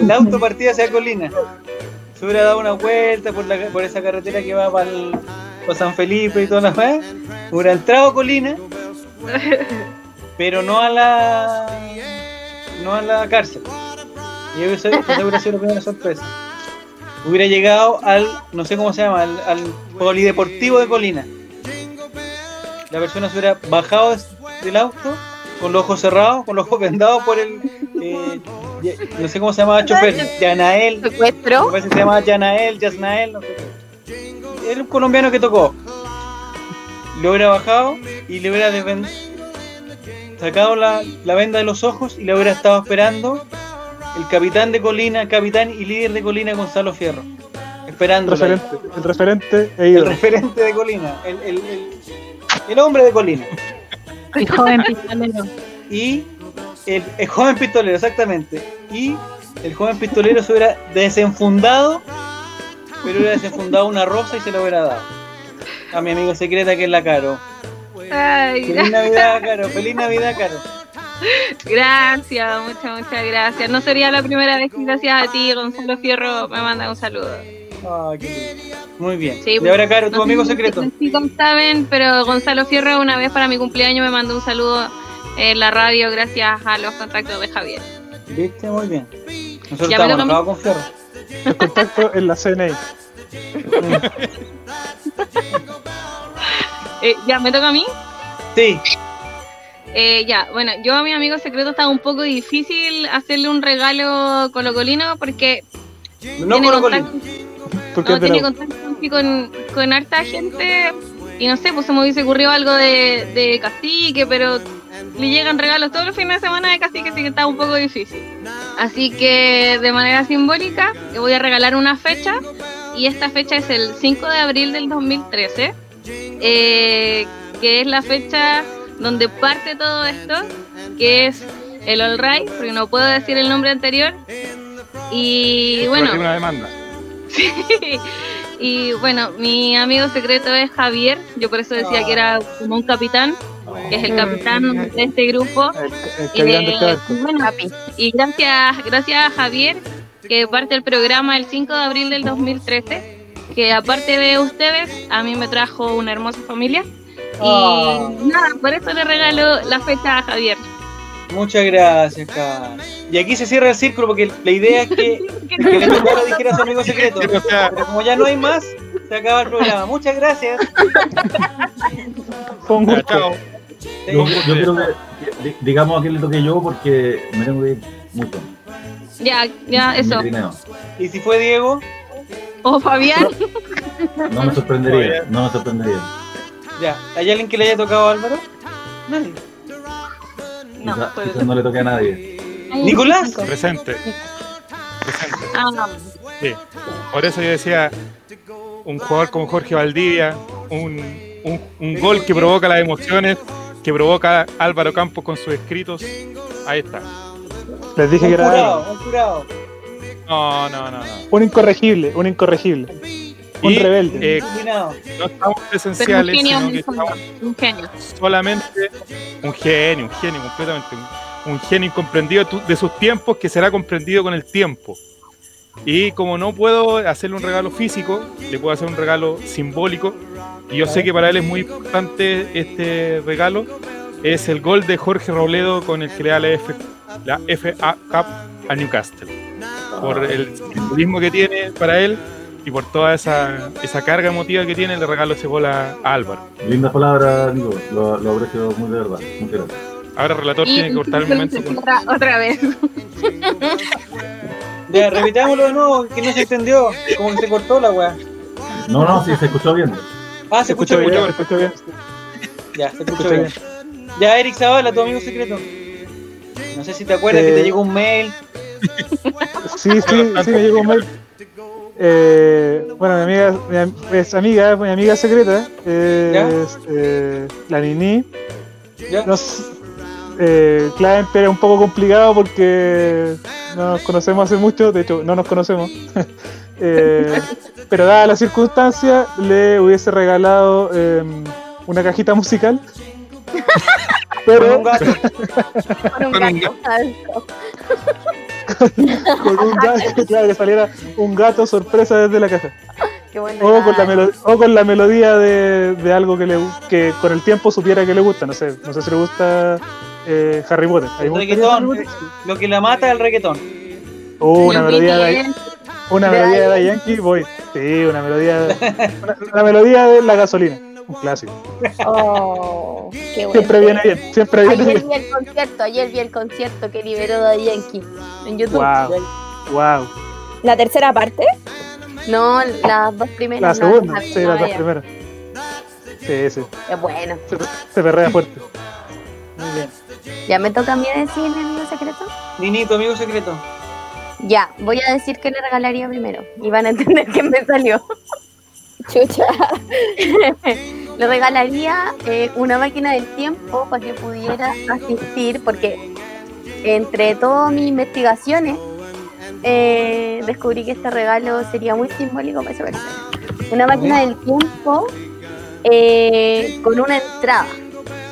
Speaker 1: El auto partía hacia Colina. se hubiera dado una vuelta por, la, por esa carretera que va para San Felipe y todas las demás, hubiera entrado a Colina,
Speaker 7: ¿Eh?
Speaker 1: pero no a la no a la cárcel. Y yo hubiese- esa Eh, hubiera sido la primera sorpresa. Hubiera llegado al, no sé cómo se llama, al, al polideportivo de Colina. La persona se hubiera bajado del auto con los ojos cerrados, con los ojos vendados por el. eh, ya- no sé cómo se llamaba el chofer, Yanael. Me parece que Pues se llamaba Yanael, Yasnael, no sé qué. Era un colombiano que tocó. Lo hubiera bajado y le hubiera desven- sacado la, la venda de los ojos y le hubiera estado esperando el capitán de Colina, capitán y líder de Colina, Gonzalo Fierro.
Speaker 3: El
Speaker 1: Esperando.
Speaker 3: referente, el referente e ídolo.
Speaker 1: referente de Colina, el, el- el- el hombre de Colina.
Speaker 5: El joven pistolero.
Speaker 1: Y el, el joven pistolero, exactamente. Y el joven pistolero se hubiera desenfundado, pero hubiera desenfundado una rosa y se la hubiera dado. A mi amiga secreta que es la Caro.
Speaker 9: Ay,
Speaker 1: Feliz Navidad, Caro. Feliz Navidad, Caro.
Speaker 9: gracias, muchas, muchas gracias. No sería la primera vez que gracias a ti, Gonzalo Fierro, me manda un saludo.
Speaker 7: Ah,
Speaker 1: Ay, qué lindo. Muy bien.
Speaker 9: Sí,
Speaker 1: y ahora, Caro, tu
Speaker 9: no sé
Speaker 1: amigo
Speaker 9: si-
Speaker 1: secreto.
Speaker 9: si no saben, pero Gonzalo Fierro una vez para mi cumpleaños me mandó un saludo en la radio gracias a los contactos de Javier.
Speaker 1: Viste, muy bien. Nosotros
Speaker 9: Ya me lo
Speaker 1: estamos enojados con Fierro.
Speaker 3: El contacto en la CNI.
Speaker 9: Eh, ¿Ya me toca a mí?
Speaker 1: Sí.
Speaker 9: Eh, ya, bueno, yo a mi amigo secreto estaba un poco difícil hacerle un regalo colocolino porque
Speaker 1: No
Speaker 9: tiene
Speaker 1: Colocolino.
Speaker 9: contacto-
Speaker 3: Porque
Speaker 9: no,
Speaker 3: es de la
Speaker 9: tiene
Speaker 3: U.
Speaker 9: contacto así con, con harta gente y no sé, pues se me hubiese ocurrido algo de, de cacique, pero le llegan regalos todos los fines de semana de cacique, así que está un poco difícil. Así que de manera simbólica le voy a regalar una fecha y esta fecha es el 5 de abril del 2013, eh, que es la fecha donde parte todo esto, que es el All Right, porque no puedo decir el nombre anterior. Y bueno,
Speaker 2: Tiene una demanda.
Speaker 9: y bueno, mi amigo secreto es Javier, yo por eso decía que era como un capitán, que es el capitán de este grupo.
Speaker 3: El capitán de este barco.
Speaker 9: y bueno, y gracias, gracias a Javier, que parte del programa el 5 de abril del 2013, que aparte de ustedes, a mí me trajo una hermosa familia. Y
Speaker 1: Ah.
Speaker 9: nada, por eso le regalo la fecha a Javier.
Speaker 1: Muchas gracias, Caro. Y aquí se cierra el círculo porque la idea es que, que le tocó lo dijera a su amigo secreto. Pero como ya no hay más, se acaba el programa. Muchas gracias.
Speaker 3: Fue un gusto.
Speaker 7: Yo, yo creo que, que di- digamos a quién le toqué yo porque me tengo que ir muy pronto.
Speaker 9: Ya, ya, eso.
Speaker 7: Me trineo.
Speaker 1: ¿Y si fue Diego?
Speaker 9: O Fabián.
Speaker 7: No me sorprendería, no me sorprendería.
Speaker 1: Ya. ¿Hay alguien que le haya tocado a Álvaro? Nadie.
Speaker 7: Quizá- quizá No, le toque a nadie.
Speaker 1: Nicolás.
Speaker 2: Presente.
Speaker 9: Ah,
Speaker 2: Sí. Por eso yo decía, un jugador como Jorge Valdivia, un, un- un gol que provoca las emociones, que provoca Álvaro Campos con sus escritos. Ahí está.
Speaker 3: Les dije
Speaker 1: Un
Speaker 3: que era
Speaker 1: curado, un curado.
Speaker 2: No, no, no. no.
Speaker 3: un incorregible, un incorregible. Un
Speaker 2: Y,
Speaker 3: rebelde.
Speaker 2: eh,
Speaker 1: Combinado.
Speaker 2: no estamos
Speaker 9: pero un
Speaker 2: presenciales,
Speaker 9: genio,
Speaker 2: sino que
Speaker 9: Alfonso,
Speaker 2: estamos
Speaker 9: un genio.
Speaker 2: solamente un genio, un genio completamente, un, un genio incomprendido tu- de sus tiempos que será comprendido con el tiempo. Y como no puedo hacerle un regalo físico, le puedo hacer un regalo simbólico. Y yo sé que para él es muy importante este regalo. Es el gol de Jorge Robledo con el que le da la, F, la FA Cup a Newcastle. Por el simbolismo que tiene para él y por toda esa, esa carga emotiva que tiene, le regalo ese gol a, a Álvaro.
Speaker 7: Lindas palabras, Nico, lo, lo aprecio muy de verdad. Muchas gracias.
Speaker 2: Ahora el relator
Speaker 9: Y
Speaker 2: tiene que cortar el
Speaker 9: entonces
Speaker 2: momento. con-
Speaker 9: otra, otra vez.
Speaker 1: Ya, repitámoslo de nuevo, que no se entendió. Como que se cortó la weá.
Speaker 7: No, no, sí, se escuchó bien.
Speaker 1: Ah, se escuchó bien.
Speaker 3: se escucha bien.
Speaker 1: Ya, se escuchó
Speaker 3: escucha
Speaker 1: bien. Ya, Eric Zavala, tu amigo secreto. No sé si te acuerdas que
Speaker 3: Eh,
Speaker 1: te llegó un mail.
Speaker 3: Sí, sí, sí, me llegó un mail. Eh, bueno, mi amiga, mi, am- es amiga, mi amiga secreta, eh,
Speaker 1: ¿Ya?
Speaker 3: es, eh, la Nini.
Speaker 1: ¿Ya?
Speaker 3: Nos, eh, Claven, pero es un poco complicado porque no nos conocemos hace mucho, de hecho, no nos conocemos. Eh, pero dada la circunstancia, le hubiese regalado eh, una cajita musical.
Speaker 1: Con
Speaker 3: Pero
Speaker 1: un gato.
Speaker 6: Con un gato adentro.
Speaker 3: con un gato, claro, que saliera un gato sorpresa desde la caja.
Speaker 6: Qué bueno.
Speaker 3: O con la, melo- o con la melodía de, de algo que le gu- que con el tiempo supiera que le gusta. No sé, no sé si le gusta eh, Harry Potter. ¿A mí me gustaría
Speaker 1: reggaetón,
Speaker 3: Harry
Speaker 1: eh, lo que la mata es el reggaetón.
Speaker 3: Potter? Oh, una melodía de ahí. Una
Speaker 1: De
Speaker 3: melodía de
Speaker 1: ahí.
Speaker 3: Daddy Yankee, voy. Sí, una melodía. Una, una melodía de la gasolina. Un clásico.
Speaker 6: Oh, qué bueno.
Speaker 3: Siempre viene bien, siempre viene
Speaker 6: Ayer
Speaker 3: bien.
Speaker 6: vi el concierto, ayer vi el concierto que liberó Daddy Yankee en YouTube.
Speaker 3: Wow, wow.
Speaker 6: ¿La tercera parte? No, las dos primeras.
Speaker 3: La
Speaker 6: no,
Speaker 3: segunda,
Speaker 6: la
Speaker 3: sí,
Speaker 6: primera,
Speaker 3: las dos
Speaker 6: ya.
Speaker 3: primeras. Sí, sí.
Speaker 6: Es bueno.
Speaker 3: Se, se perrea fuerte.
Speaker 1: Muy bien.
Speaker 6: ¿Ya me toca a mí decir el amigo secreto?
Speaker 1: Ninito, amigo secreto.
Speaker 6: Ya, voy a decir que le regalaría primero. Y van a entender que me salió. Chucha. le regalaría eh, una máquina del tiempo para que pudiera asistir, porque entre todas mis investigaciones eh, descubrí que este regalo sería muy simbólico para esa persona. Una máquina del tiempo eh, con una entrada.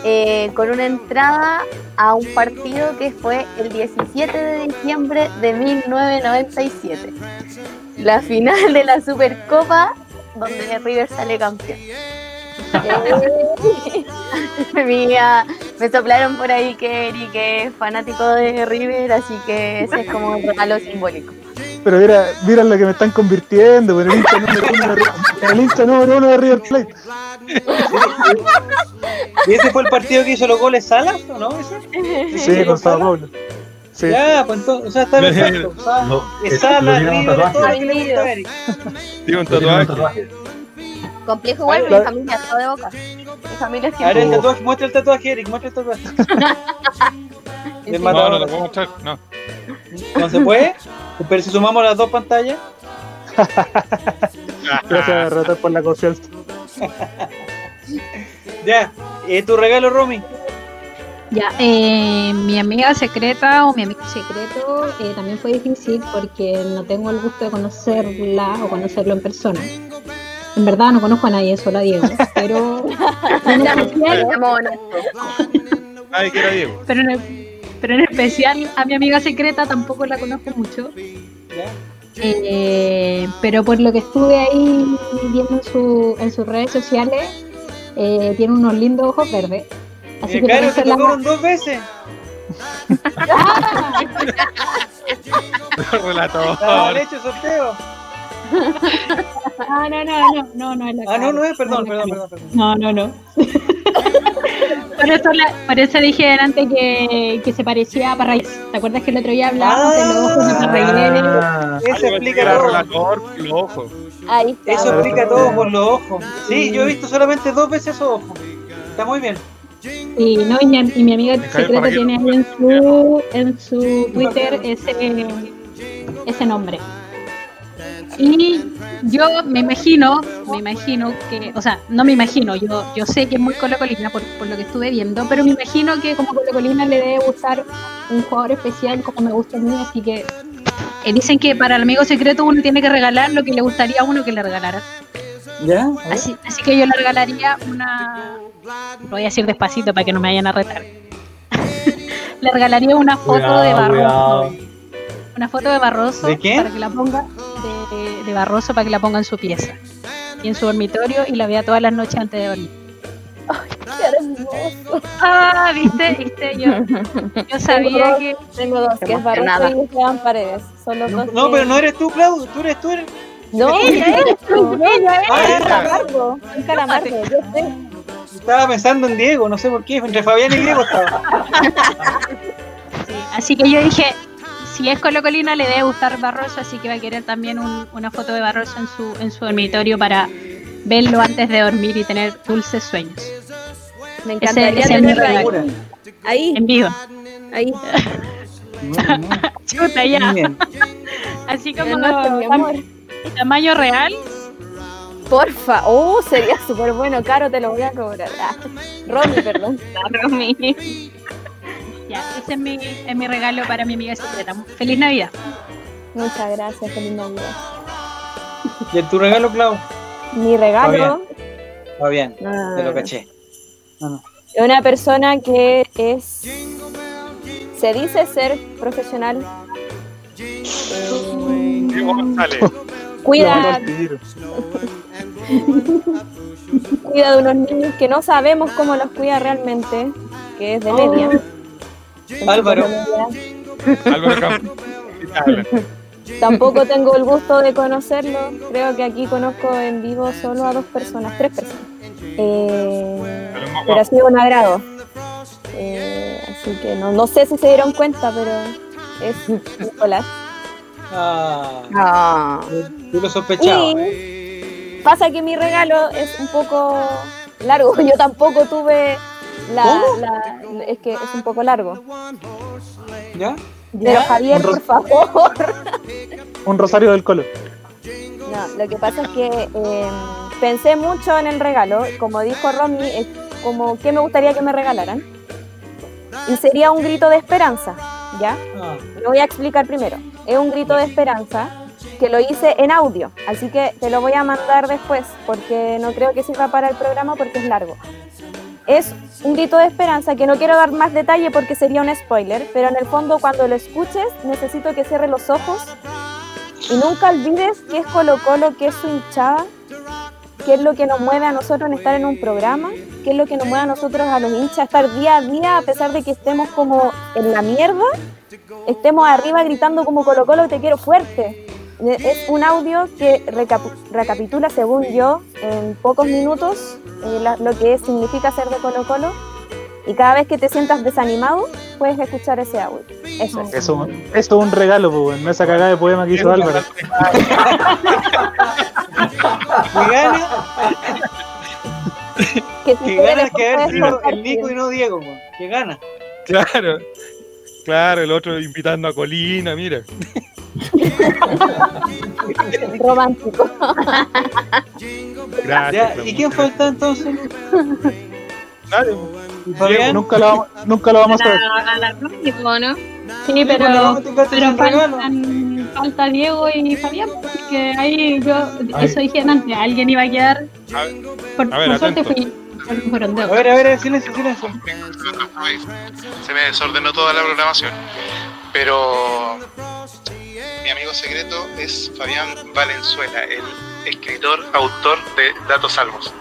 Speaker 6: eh, con una entrada a un partido que fue el 17 de diciembre de 1997. La final de la Supercopa donde River sale campeón. Eh, mira, me soplaron por ahí que Eric es fanático de River, así que ese es como un regalo simbólico.
Speaker 3: Pero mira, mira lo que me están convirtiendo, pero el hincha número uno de, el hincha número uno de River Plate.
Speaker 1: ¿Y ese fue el partido que hizo los goles Salas o no? ¿Ese?
Speaker 3: Sí, con Sao Paulo. Sí.
Speaker 1: Ya, pues entonces, o sea, está perfecto. O sea,
Speaker 7: No,
Speaker 1: es
Speaker 7: es-
Speaker 1: Salas,
Speaker 7: lo tiene un
Speaker 1: River,
Speaker 7: tatuaje.
Speaker 1: todo lo que le gusta a Eric.
Speaker 7: Lo tiene
Speaker 2: Tiene un
Speaker 7: un
Speaker 2: tatuaje.
Speaker 7: tatuaje.
Speaker 6: Complejo igual,
Speaker 3: Claro.
Speaker 6: mi familia es todo de boca. Mi familia es
Speaker 1: A ver, el
Speaker 6: que
Speaker 1: tatuaje, muestra el tatuaje, Eric, muestra el tatuaje. Del
Speaker 2: No, no
Speaker 1: matador.
Speaker 2: lo puedo mostrar. No.
Speaker 1: No se puede, pero si sumamos las dos pantallas,
Speaker 3: Gracias, Rotor, por la confianza.
Speaker 1: ya. Eh, tu regalo, Romy.
Speaker 5: Ya, eh, mi amiga secreta o mi amigo secreto eh, también fue difícil porque no tengo el gusto de conocerla o conocerlo en persona. En verdad no conozco a nadie, solo a Diego, pero, pero en especial,
Speaker 2: Ay, que era Diego.
Speaker 5: pero en el- pero en especial a mi amiga secreta tampoco la conozco mucho.
Speaker 1: Ya.
Speaker 5: Eh, pero por lo que estuve ahí viendo en, su- en sus redes sociales, eh, tiene unos lindos ojos verdes. Así
Speaker 1: Eh,
Speaker 5: que
Speaker 1: Caro,
Speaker 5: por
Speaker 1: te
Speaker 5: eso la-
Speaker 1: tocaron dos veces.
Speaker 2: Relator.
Speaker 1: Estaba mal hecho el sorteo.
Speaker 5: Ah, no, no, no, no, no es la
Speaker 1: Ah, no,
Speaker 5: Caro,
Speaker 1: no es, perdón,
Speaker 5: la
Speaker 1: perdón,
Speaker 5: Caro.
Speaker 1: perdón. perdón.
Speaker 5: No, no, no. por, eso la- por eso dije delante que, que se parecía a Parragués. ¿Te acuerdas que el otro día hablábamos de los ojos de Parragués?
Speaker 3: Ah,
Speaker 1: Eso
Speaker 2: Algo así,
Speaker 1: explica
Speaker 2: era
Speaker 1: todo.
Speaker 2: relator, los ojos.
Speaker 6: Ahí está.
Speaker 5: Ah.
Speaker 1: Eso explica todo por los ojos. Sí, yo he visto solamente dos veces esos ojos. Está muy bien.
Speaker 5: Y, no, y, mi, y mi amiga
Speaker 2: Javier
Speaker 5: secreta
Speaker 2: Parragués.
Speaker 5: tiene ahí en su, en su Twitter ese, ese nombre. Y yo me imagino, me imagino que, o sea, no me imagino, yo, yo sé que es muy Colo Colina por, por lo que estuve viendo, pero me imagino que como Colo Colina le debe gustar un jugador especial como me gusta a mí, así que eh, dicen que para el amigo secreto uno tiene que regalar lo que le gustaría a uno que le regalaran.
Speaker 1: ¿Ya?
Speaker 5: Así, así que yo le regalaría una. Lo voy a decir despacito para que no me vayan a retar. le regalaría una foto de
Speaker 7: Cuidado,
Speaker 5: Barroso.
Speaker 7: cuidado.
Speaker 5: Una foto de Barroso
Speaker 1: ¿De quién?
Speaker 5: para que la ponga. De, de Barroso para que la ponga en su pieza. Y en su dormitorio y la vea todas las noches antes de dormir. Ah, viste, viste, yo, yo sabía que.
Speaker 4: Tengo dos, que es
Speaker 6: Emocionada.
Speaker 4: Barroso y Esteban Paredes. Son los
Speaker 1: No,
Speaker 4: dos
Speaker 1: no,
Speaker 4: que-
Speaker 1: pero no eres tú, Claudio. Tú eres tú. Eres...
Speaker 4: No,
Speaker 5: Ella,
Speaker 4: ella es.
Speaker 5: ella,
Speaker 1: Ah,
Speaker 4: Soy
Speaker 1: ella.
Speaker 4: Calamardo, soy Calamardo, yo sé.
Speaker 1: Estaba pensando en Diego, no sé por qué. Entre Fabián y Diego estaba.
Speaker 5: Sí, así que yo dije, si es Colo Colina le debe gustar Barroso, así que va a querer también un- una foto de Barroso en su, en su dormitorio para verlo antes de dormir y tener dulces sueños.
Speaker 4: Me
Speaker 5: Ese,
Speaker 4: encantaría
Speaker 5: ese es mi
Speaker 4: tenerla ahí.
Speaker 5: regalo.
Speaker 4: Ahí,
Speaker 5: En vivo.
Speaker 4: ahí.
Speaker 1: No, no,
Speaker 5: Chuta,
Speaker 1: muy
Speaker 5: ya.
Speaker 1: bien.
Speaker 5: Así
Speaker 4: No,
Speaker 5: como
Speaker 4: no, mi amor.
Speaker 5: tam- tamaño real.
Speaker 4: Porfa. Oh, sería súper bueno. Caro, te lo voy a cobrar. Ah, Romy, perdón.
Speaker 9: Romy.
Speaker 5: Ya, ese es mi, es mi regalo para mi amiga secreta. Feliz Navidad.
Speaker 4: Muchas gracias, feliz Navidad.
Speaker 1: ¿Y tu regalo, Clau?
Speaker 4: Mi regalo.
Speaker 1: Fabián,
Speaker 4: Ah.
Speaker 1: te lo caché.
Speaker 4: Es una persona que es se dice ser profesional
Speaker 2: Mario González.
Speaker 4: Cuida, cuida de unos niños que no sabemos cómo los cuida realmente, que es de media.
Speaker 1: Álvaro.
Speaker 2: Álvaro Campos. Habla.
Speaker 4: Tampoco tengo el gusto de conocerlo. Creo que aquí conozco en vivo solo a dos personas, tres personas. Eh, pero ha sido un agrado. Eh, así que no, no sé si se dieron cuenta, pero es Nicolás.
Speaker 1: Ah,
Speaker 4: Ah.
Speaker 1: yo lo sospechaba.
Speaker 4: Y pasa que mi regalo es un poco largo. Yo tampoco tuve la, la- es que es un poco largo.
Speaker 1: ¿Ya?
Speaker 4: Pero Javier, por favor.
Speaker 3: Un rosario del color.
Speaker 4: No, lo que pasa es que eh, pensé mucho en el regalo. Como dijo Romney, es como qué me gustaría que me regalaran. Y sería un grito de esperanza, ¿ya?
Speaker 1: Ah,
Speaker 4: Lo voy a explicar primero. Es un grito de esperanza que lo hice en audio, así que te lo voy a mandar después porque no creo que sirva para el programa porque es largo. Es un grito de esperanza que no quiero dar más detalle porque sería un spoiler, pero en el fondo cuando lo escuches necesito que cierres los ojos y nunca olvides que es Colo Colo, que es su hinchada, qué es lo que nos mueve a nosotros en estar en un programa, qué es lo que nos mueve a nosotros a los hinchas a estar día a día a pesar de que estemos como en la mierda estemos arriba gritando como Colo Colo te quiero fuerte. Ne- Es un audio que recapu- recapitula, según yo, en pocos minutos eh, la- lo que es- significa ser de Colo Colo. Y cada vez que te sientas desanimado, puedes escuchar ese audio. Eso es.
Speaker 3: Eso, esto es un regalo, pues, weón. esa cagada de poema que hizo Álvaro.
Speaker 1: me gana,
Speaker 4: Que si
Speaker 1: que
Speaker 4: quieres,
Speaker 1: gana que haber
Speaker 4: puedes
Speaker 1: sido
Speaker 4: cortar
Speaker 1: el Nico y no Diego, weón. que gana.
Speaker 2: Claro, claro, el otro invitando a Colina, mira.
Speaker 4: el romántico.
Speaker 2: Gracias.
Speaker 1: Ya, ¿y quién falta entonces?
Speaker 2: Nadie,
Speaker 1: ¿Y Fabián?
Speaker 3: Nunca lo, vamos- nunca lo vamos a ver.
Speaker 9: A la Romy, po, ¿no?
Speaker 8: Sí,
Speaker 1: Nico, la vamos a
Speaker 8: pero,
Speaker 1: tener que
Speaker 8: pero
Speaker 1: hacer regalo.
Speaker 8: faltan, falta Diego y Fabián, porque ahí yo, eso dije antes, alguien iba a quedar.
Speaker 2: A ver,
Speaker 8: Por,
Speaker 2: a ver,
Speaker 8: por suerte
Speaker 2: atento.
Speaker 8: fui. fueron- fueron
Speaker 1: A
Speaker 8: dos.
Speaker 1: ver, a ver, silencio, silencio.
Speaker 11: Se me desordenó toda la programación. Pero mi amigo secreto es Fabián Valenzuela, el escritor, autor de Datos Salvos.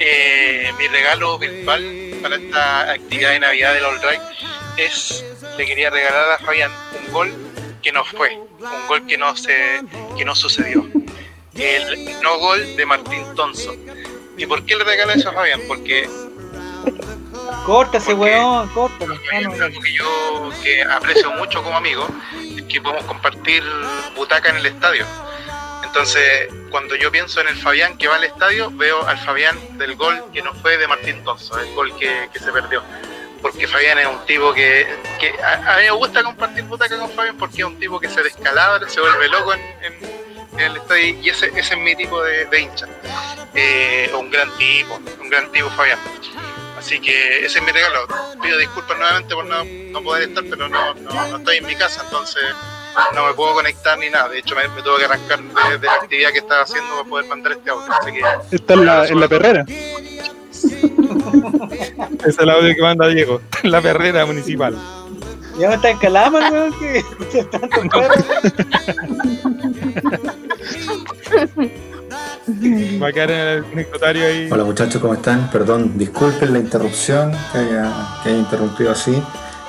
Speaker 11: Eh, mi regalo virtual para esta actividad de Navidad del All Right es, le quería regalar a Fabián un gol que no fue, un gol que no, se, que no sucedió. El no gol de Martín Thompson. ¿Y por qué le regalo eso a Fabián? Porque
Speaker 1: Córtase,
Speaker 11: ¿Por qué?
Speaker 1: weón, córtale. Ah, no,
Speaker 11: es algo que yo que aprecio mucho como amigo es que podemos compartir butaca en el estadio. Entonces, cuando yo pienso en el Fabián que va al estadio, veo al Fabián del gol que no fue de Martín Tonso, el gol que, que se perdió. Porque Fabián es un tipo que, que a, a mí me gusta compartir butaca con Fabián porque es un tipo que se descalabra, se vuelve loco en, en- en el estadio y ese, ese es mi tipo de, de hincha. Eh, un gran tipo, un gran tipo Fabián. Así que ese es mi regalo. Pido disculpas nuevamente por no, no poder estar, pero no, no- no estoy en mi casa, entonces no me puedo conectar ni nada. De hecho, me, me tuve que arrancar de, de la actividad que estaba haciendo para poder mandar este audio. Así que
Speaker 3: Está en la, en la perrera.
Speaker 2: Es el audio que manda Diego, en la perrera municipal.
Speaker 1: Ya me está en calama, weón, que escuchas tanto perro.
Speaker 2: Va a quedar en el anecdotario ahí.
Speaker 12: Hola muchachos, ¿cómo están? Perdón, disculpen la interrupción que haya, que haya interrumpido así,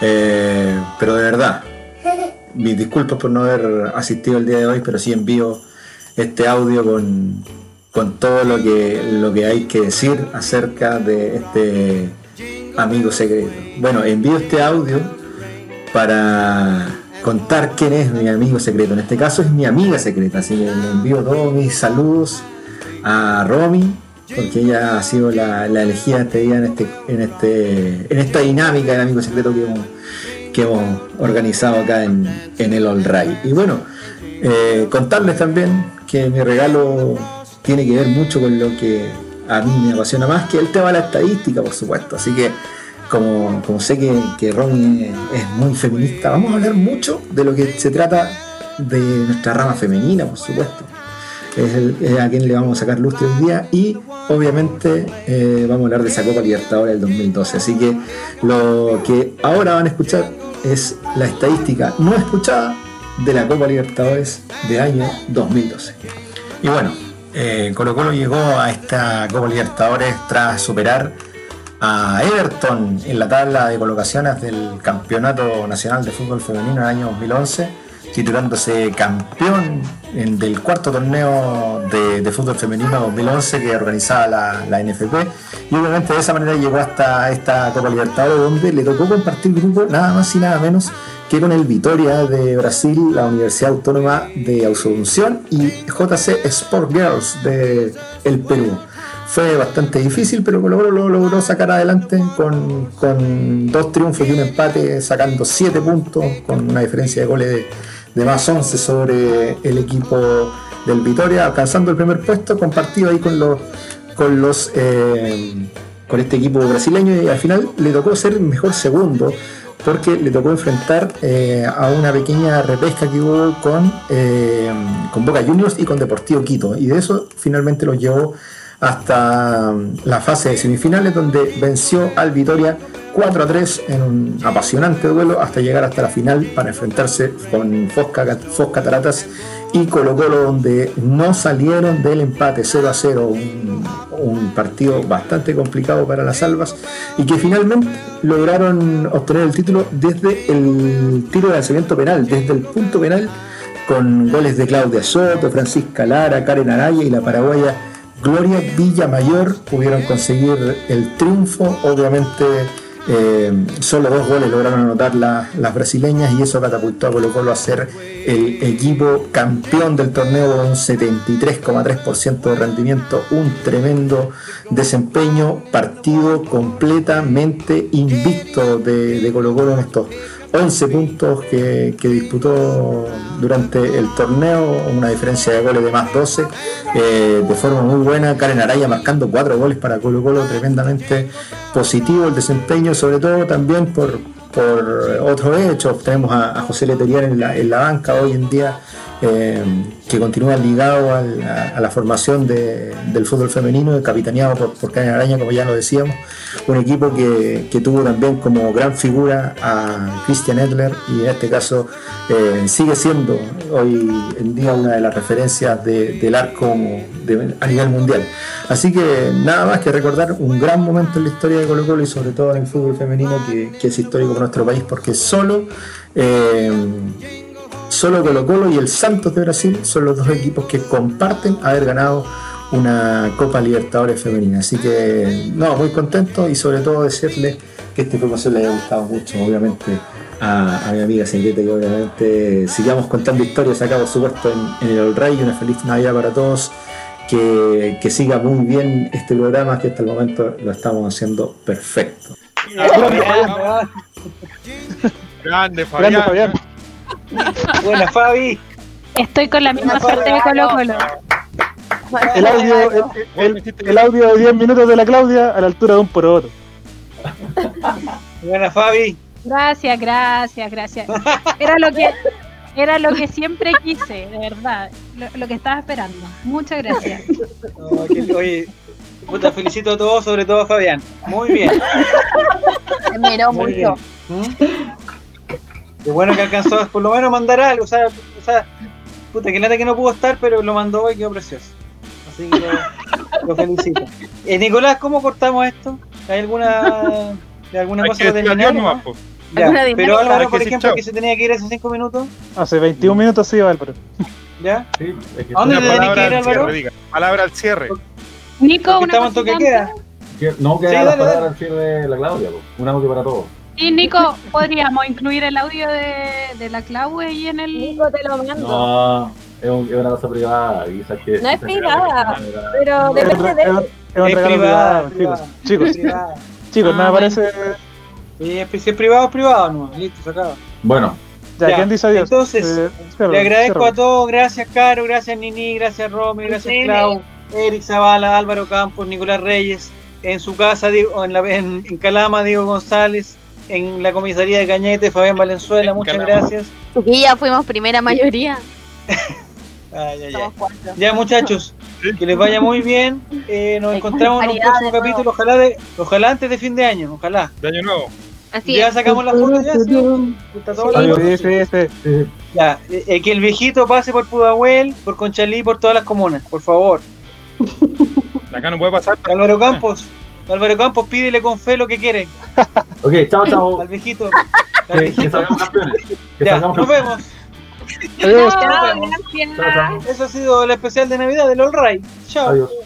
Speaker 12: eh, pero de verdad, mis disculpas por no haber asistido el día de hoy, pero sí envío este audio con, con todo lo que, lo que hay que decir acerca de este amigo secreto. Bueno, envío este audio para contar quién es mi amigo secreto. En este caso es mi amiga secreta, así que le envío todos mis saludos a Romy, porque ella ha sido la, la elegida este día en, este, en, este, en esta dinámica del amigo secreto que hemos, que hemos organizado acá en, en el All Right. Y bueno, eh, contarles también que mi regalo tiene que ver mucho con lo que a mí me apasiona más, que el tema de la estadística, por supuesto. Así que, como, como sé que, que Romy es, es muy feminista, vamos a hablar mucho de lo que se trata de nuestra rama femenina, por supuesto es, el- es a quien le vamos a sacar lustre hoy día y obviamente eh, vamos a hablar de esa Copa Libertadores del 2012. Así que lo que ahora van a escuchar es la estadística no escuchada de la Copa Libertadores de año 2012. Y bueno, eh, Colo Colo llegó a esta Copa Libertadores tras superar a Everton en la tabla de colocaciones del Campeonato Nacional de Fútbol Femenino en el año 2011, titulándose campeón en- del cuarto torneo de, de fútbol femenino 2011 que organizaba la, la NFP. Y obviamente de esa manera llegó hasta esta Copa Libertadores donde le tocó compartir grupo nada más y nada menos que con el Vitoria de Brasil, la Universidad Autónoma de Asunción y JC Sport Girls de el Perú. Fue bastante difícil, pero Colo Colo lo logró sacar adelante con, con dos triunfos y un empate, sacando siete puntos, con una diferencia de goles de, de más 11 sobre el equipo del Vitoria, alcanzando el primer puesto compartido ahí con los, con los eh, con este equipo brasileño y al final le tocó ser mejor segundo porque le tocó enfrentar eh, a una pequeña repesca que hubo con, eh, con Boca Juniors y con Deportivo Quito y de eso finalmente lo llevó hasta mm, la fase de semifinales donde venció al Vitoria 4 a 3 en un apasionante duelo hasta llegar hasta la final para enfrentarse con Fosca, Fos Cataratas y Colo Colo donde no salieron del empate 0 a 0 un, un partido bastante complicado para las albas y que finalmente lograron obtener el título desde el tiro de lanzamiento penal desde el punto penal con goles de Claudia Soto, Francisca Lara, Karen Araya y la paraguaya Gloria Villamayor pudieron conseguir el triunfo. Obviamente, eh, solo dos goles lograron anotar la- las brasileñas y eso catapultó a Colo Colo a ser el equipo campeón del torneo con un 73,3% de rendimiento. Un tremendo desempeño, partido completamente invicto de, de Colo Colo en estos 11 puntos que, que disputó durante el torneo, una diferencia de goles de más 12, eh, de forma muy buena. Karen Araya marcando 4 goles para Colo Colo, tremendamente positivo el desempeño, sobre todo también por, por otros hechos. Tenemos a, a José Leterier en la, en la banca hoy en día, eh, que continúa ligado al- a, a la formación de- del fútbol femenino, capitaneado por, por Karen Araña, como ya lo decíamos. Un equipo que, que tuvo también como gran figura a Christian Edler y en este caso eh, sigue siendo hoy en día una de las referencias de- del arco de- a nivel mundial. Así que nada más que recordar un gran momento en la historia de Colo Colo y sobre todo en el fútbol femenino que, que es histórico para nuestro país porque solo... eh, Solo Colo Colo y el Santos de Brasil son los dos equipos que comparten haber ganado una Copa Libertadores femenina. Así que, no, muy contento y sobre todo decirles que esta información les haya gustado mucho, obviamente, a, a mi amiga Senguete, que obviamente sigamos contando historias acá, por supuesto, en, en el All Ray. Una feliz Navidad para todos. Que, que siga muy bien este programa, que hasta el momento lo estamos haciendo perfecto.
Speaker 1: Ah,
Speaker 3: Grande,
Speaker 2: Grande,
Speaker 3: Fabián.
Speaker 1: Buena, Fabi.
Speaker 8: Estoy con la misma suerte de Colo Colo.
Speaker 3: El audio, el, el- el audio de 10 minutos de la Claudia a la altura de un poroto.
Speaker 1: Buena, Fabi.
Speaker 8: Gracias, gracias, gracias. Era lo que era lo que siempre quise, de verdad. Lo, lo que estaba esperando. Muchas gracias.
Speaker 1: No, que- oye, puta, felicito a todos, sobre todo a Fabián. Muy bien.
Speaker 6: Se miró
Speaker 1: Muy
Speaker 6: mucho.
Speaker 1: bien. ¿Mm? Qué bueno que alcanzó a por lo menos mandar algo. O sea, o sea puta, que nada que no pudo estar, pero lo mandó y quedó precioso. Así que lo, lo felicito. Eh, Nicolás, ¿cómo cortamos esto? ¿Hay alguna, de alguna
Speaker 2: Hay
Speaker 1: cosa que
Speaker 2: que decir
Speaker 1: terminar?
Speaker 2: adiós nomás, po.
Speaker 1: Ya,
Speaker 3: Alguna
Speaker 1: Pero
Speaker 3: dinámica. Hay
Speaker 1: Álvaro,
Speaker 3: que
Speaker 1: por
Speaker 3: decir
Speaker 1: ejemplo,
Speaker 3: chao.
Speaker 1: que se tenía que ir hace cinco minutos,
Speaker 3: Hace 21 minutos sí, Álvaro.
Speaker 1: ¿ya?
Speaker 7: que
Speaker 1: ¿A dónde
Speaker 2: Una
Speaker 1: te tenés que ir,
Speaker 2: palabra al cierre,
Speaker 1: Álvaro?
Speaker 2: diga. Palabra al cierre.
Speaker 8: Nico, una
Speaker 1: Estamos en
Speaker 8: cosita
Speaker 1: toque queda.
Speaker 7: Que- No, que
Speaker 1: Sí,
Speaker 7: haga las
Speaker 1: dale,
Speaker 7: palabras al cierre de la Claudia, po. un audio para todos.
Speaker 8: antes. Y Nico, podríamos incluir el audio de, de la Clau ahí en el.
Speaker 4: Nico, te lo mando.
Speaker 7: No, es, un- es una cosa privada, quizás que.
Speaker 4: No es
Speaker 7: quizás
Speaker 4: privada,
Speaker 7: que-
Speaker 4: pero
Speaker 3: Es, un
Speaker 4: depende de
Speaker 3: re-
Speaker 4: él.
Speaker 3: es un
Speaker 1: Es
Speaker 3: regalo
Speaker 1: privada,
Speaker 3: privado, chicos. Chicos,
Speaker 1: Privado.
Speaker 3: chicos,
Speaker 1: Ah,
Speaker 3: nada
Speaker 1: bueno.
Speaker 3: parece.
Speaker 1: Y es- si es privado, es privado, no. Listo, se acaba.
Speaker 7: Bueno,
Speaker 3: Ya,
Speaker 1: Ya,
Speaker 3: ¿quién dice adiós? Eh,
Speaker 1: entonces,
Speaker 3: cierro,
Speaker 1: Le agradezco
Speaker 3: cierro.
Speaker 1: a todos, gracias Caro, gracias Nini, gracias Romy, gracias Clau, Eric Zavala, Álvaro Campos, Nicolás Reyes, en su casa, Diego- en, la, en, en Calama, Diego González, en la comisaría de Cañete, Fabián Valenzuela, muchas
Speaker 2: Calama.
Speaker 1: gracias.
Speaker 6: Y ya fuimos primera mayoría.
Speaker 2: Ah,
Speaker 1: Ay, ay, ay.
Speaker 6: Somos cuatro.
Speaker 1: Ya muchachos, que les vaya muy bien, eh, nos
Speaker 6: Hay
Speaker 1: encontramos en un
Speaker 6: paridad
Speaker 1: próximo
Speaker 6: de nuevo.
Speaker 1: capítulo, ojalá, de, ojalá antes de fin de año, ojalá.
Speaker 2: De año nuevo.
Speaker 9: Así
Speaker 1: Ya
Speaker 9: es.
Speaker 1: sacamos la foto, ya, ¿sí? Está todo
Speaker 3: Adiós,
Speaker 1: listo.
Speaker 3: sí, sí,
Speaker 7: sí,
Speaker 3: sí.
Speaker 7: sí.
Speaker 1: Ya, eh, eh, que el viejito pase por Pudahuel, por Conchalí, por todas las comunas, por favor.
Speaker 2: Acá no puede pasar.
Speaker 1: Álvaro Campos, Álvaro Campos, pídele con fe lo que quiere.
Speaker 7: Ok, chao, chao.
Speaker 1: Al viejito. al
Speaker 7: Que, que
Speaker 1: viejito.
Speaker 7: salgamos campeones. Que
Speaker 1: Ya,
Speaker 7: salgamos
Speaker 1: nos
Speaker 7: campeones.
Speaker 1: vemos.
Speaker 7: Adiós.
Speaker 1: Nos vemos. Eso ha sido el especial de Navidad del All Right. Chao.
Speaker 7: Adiós.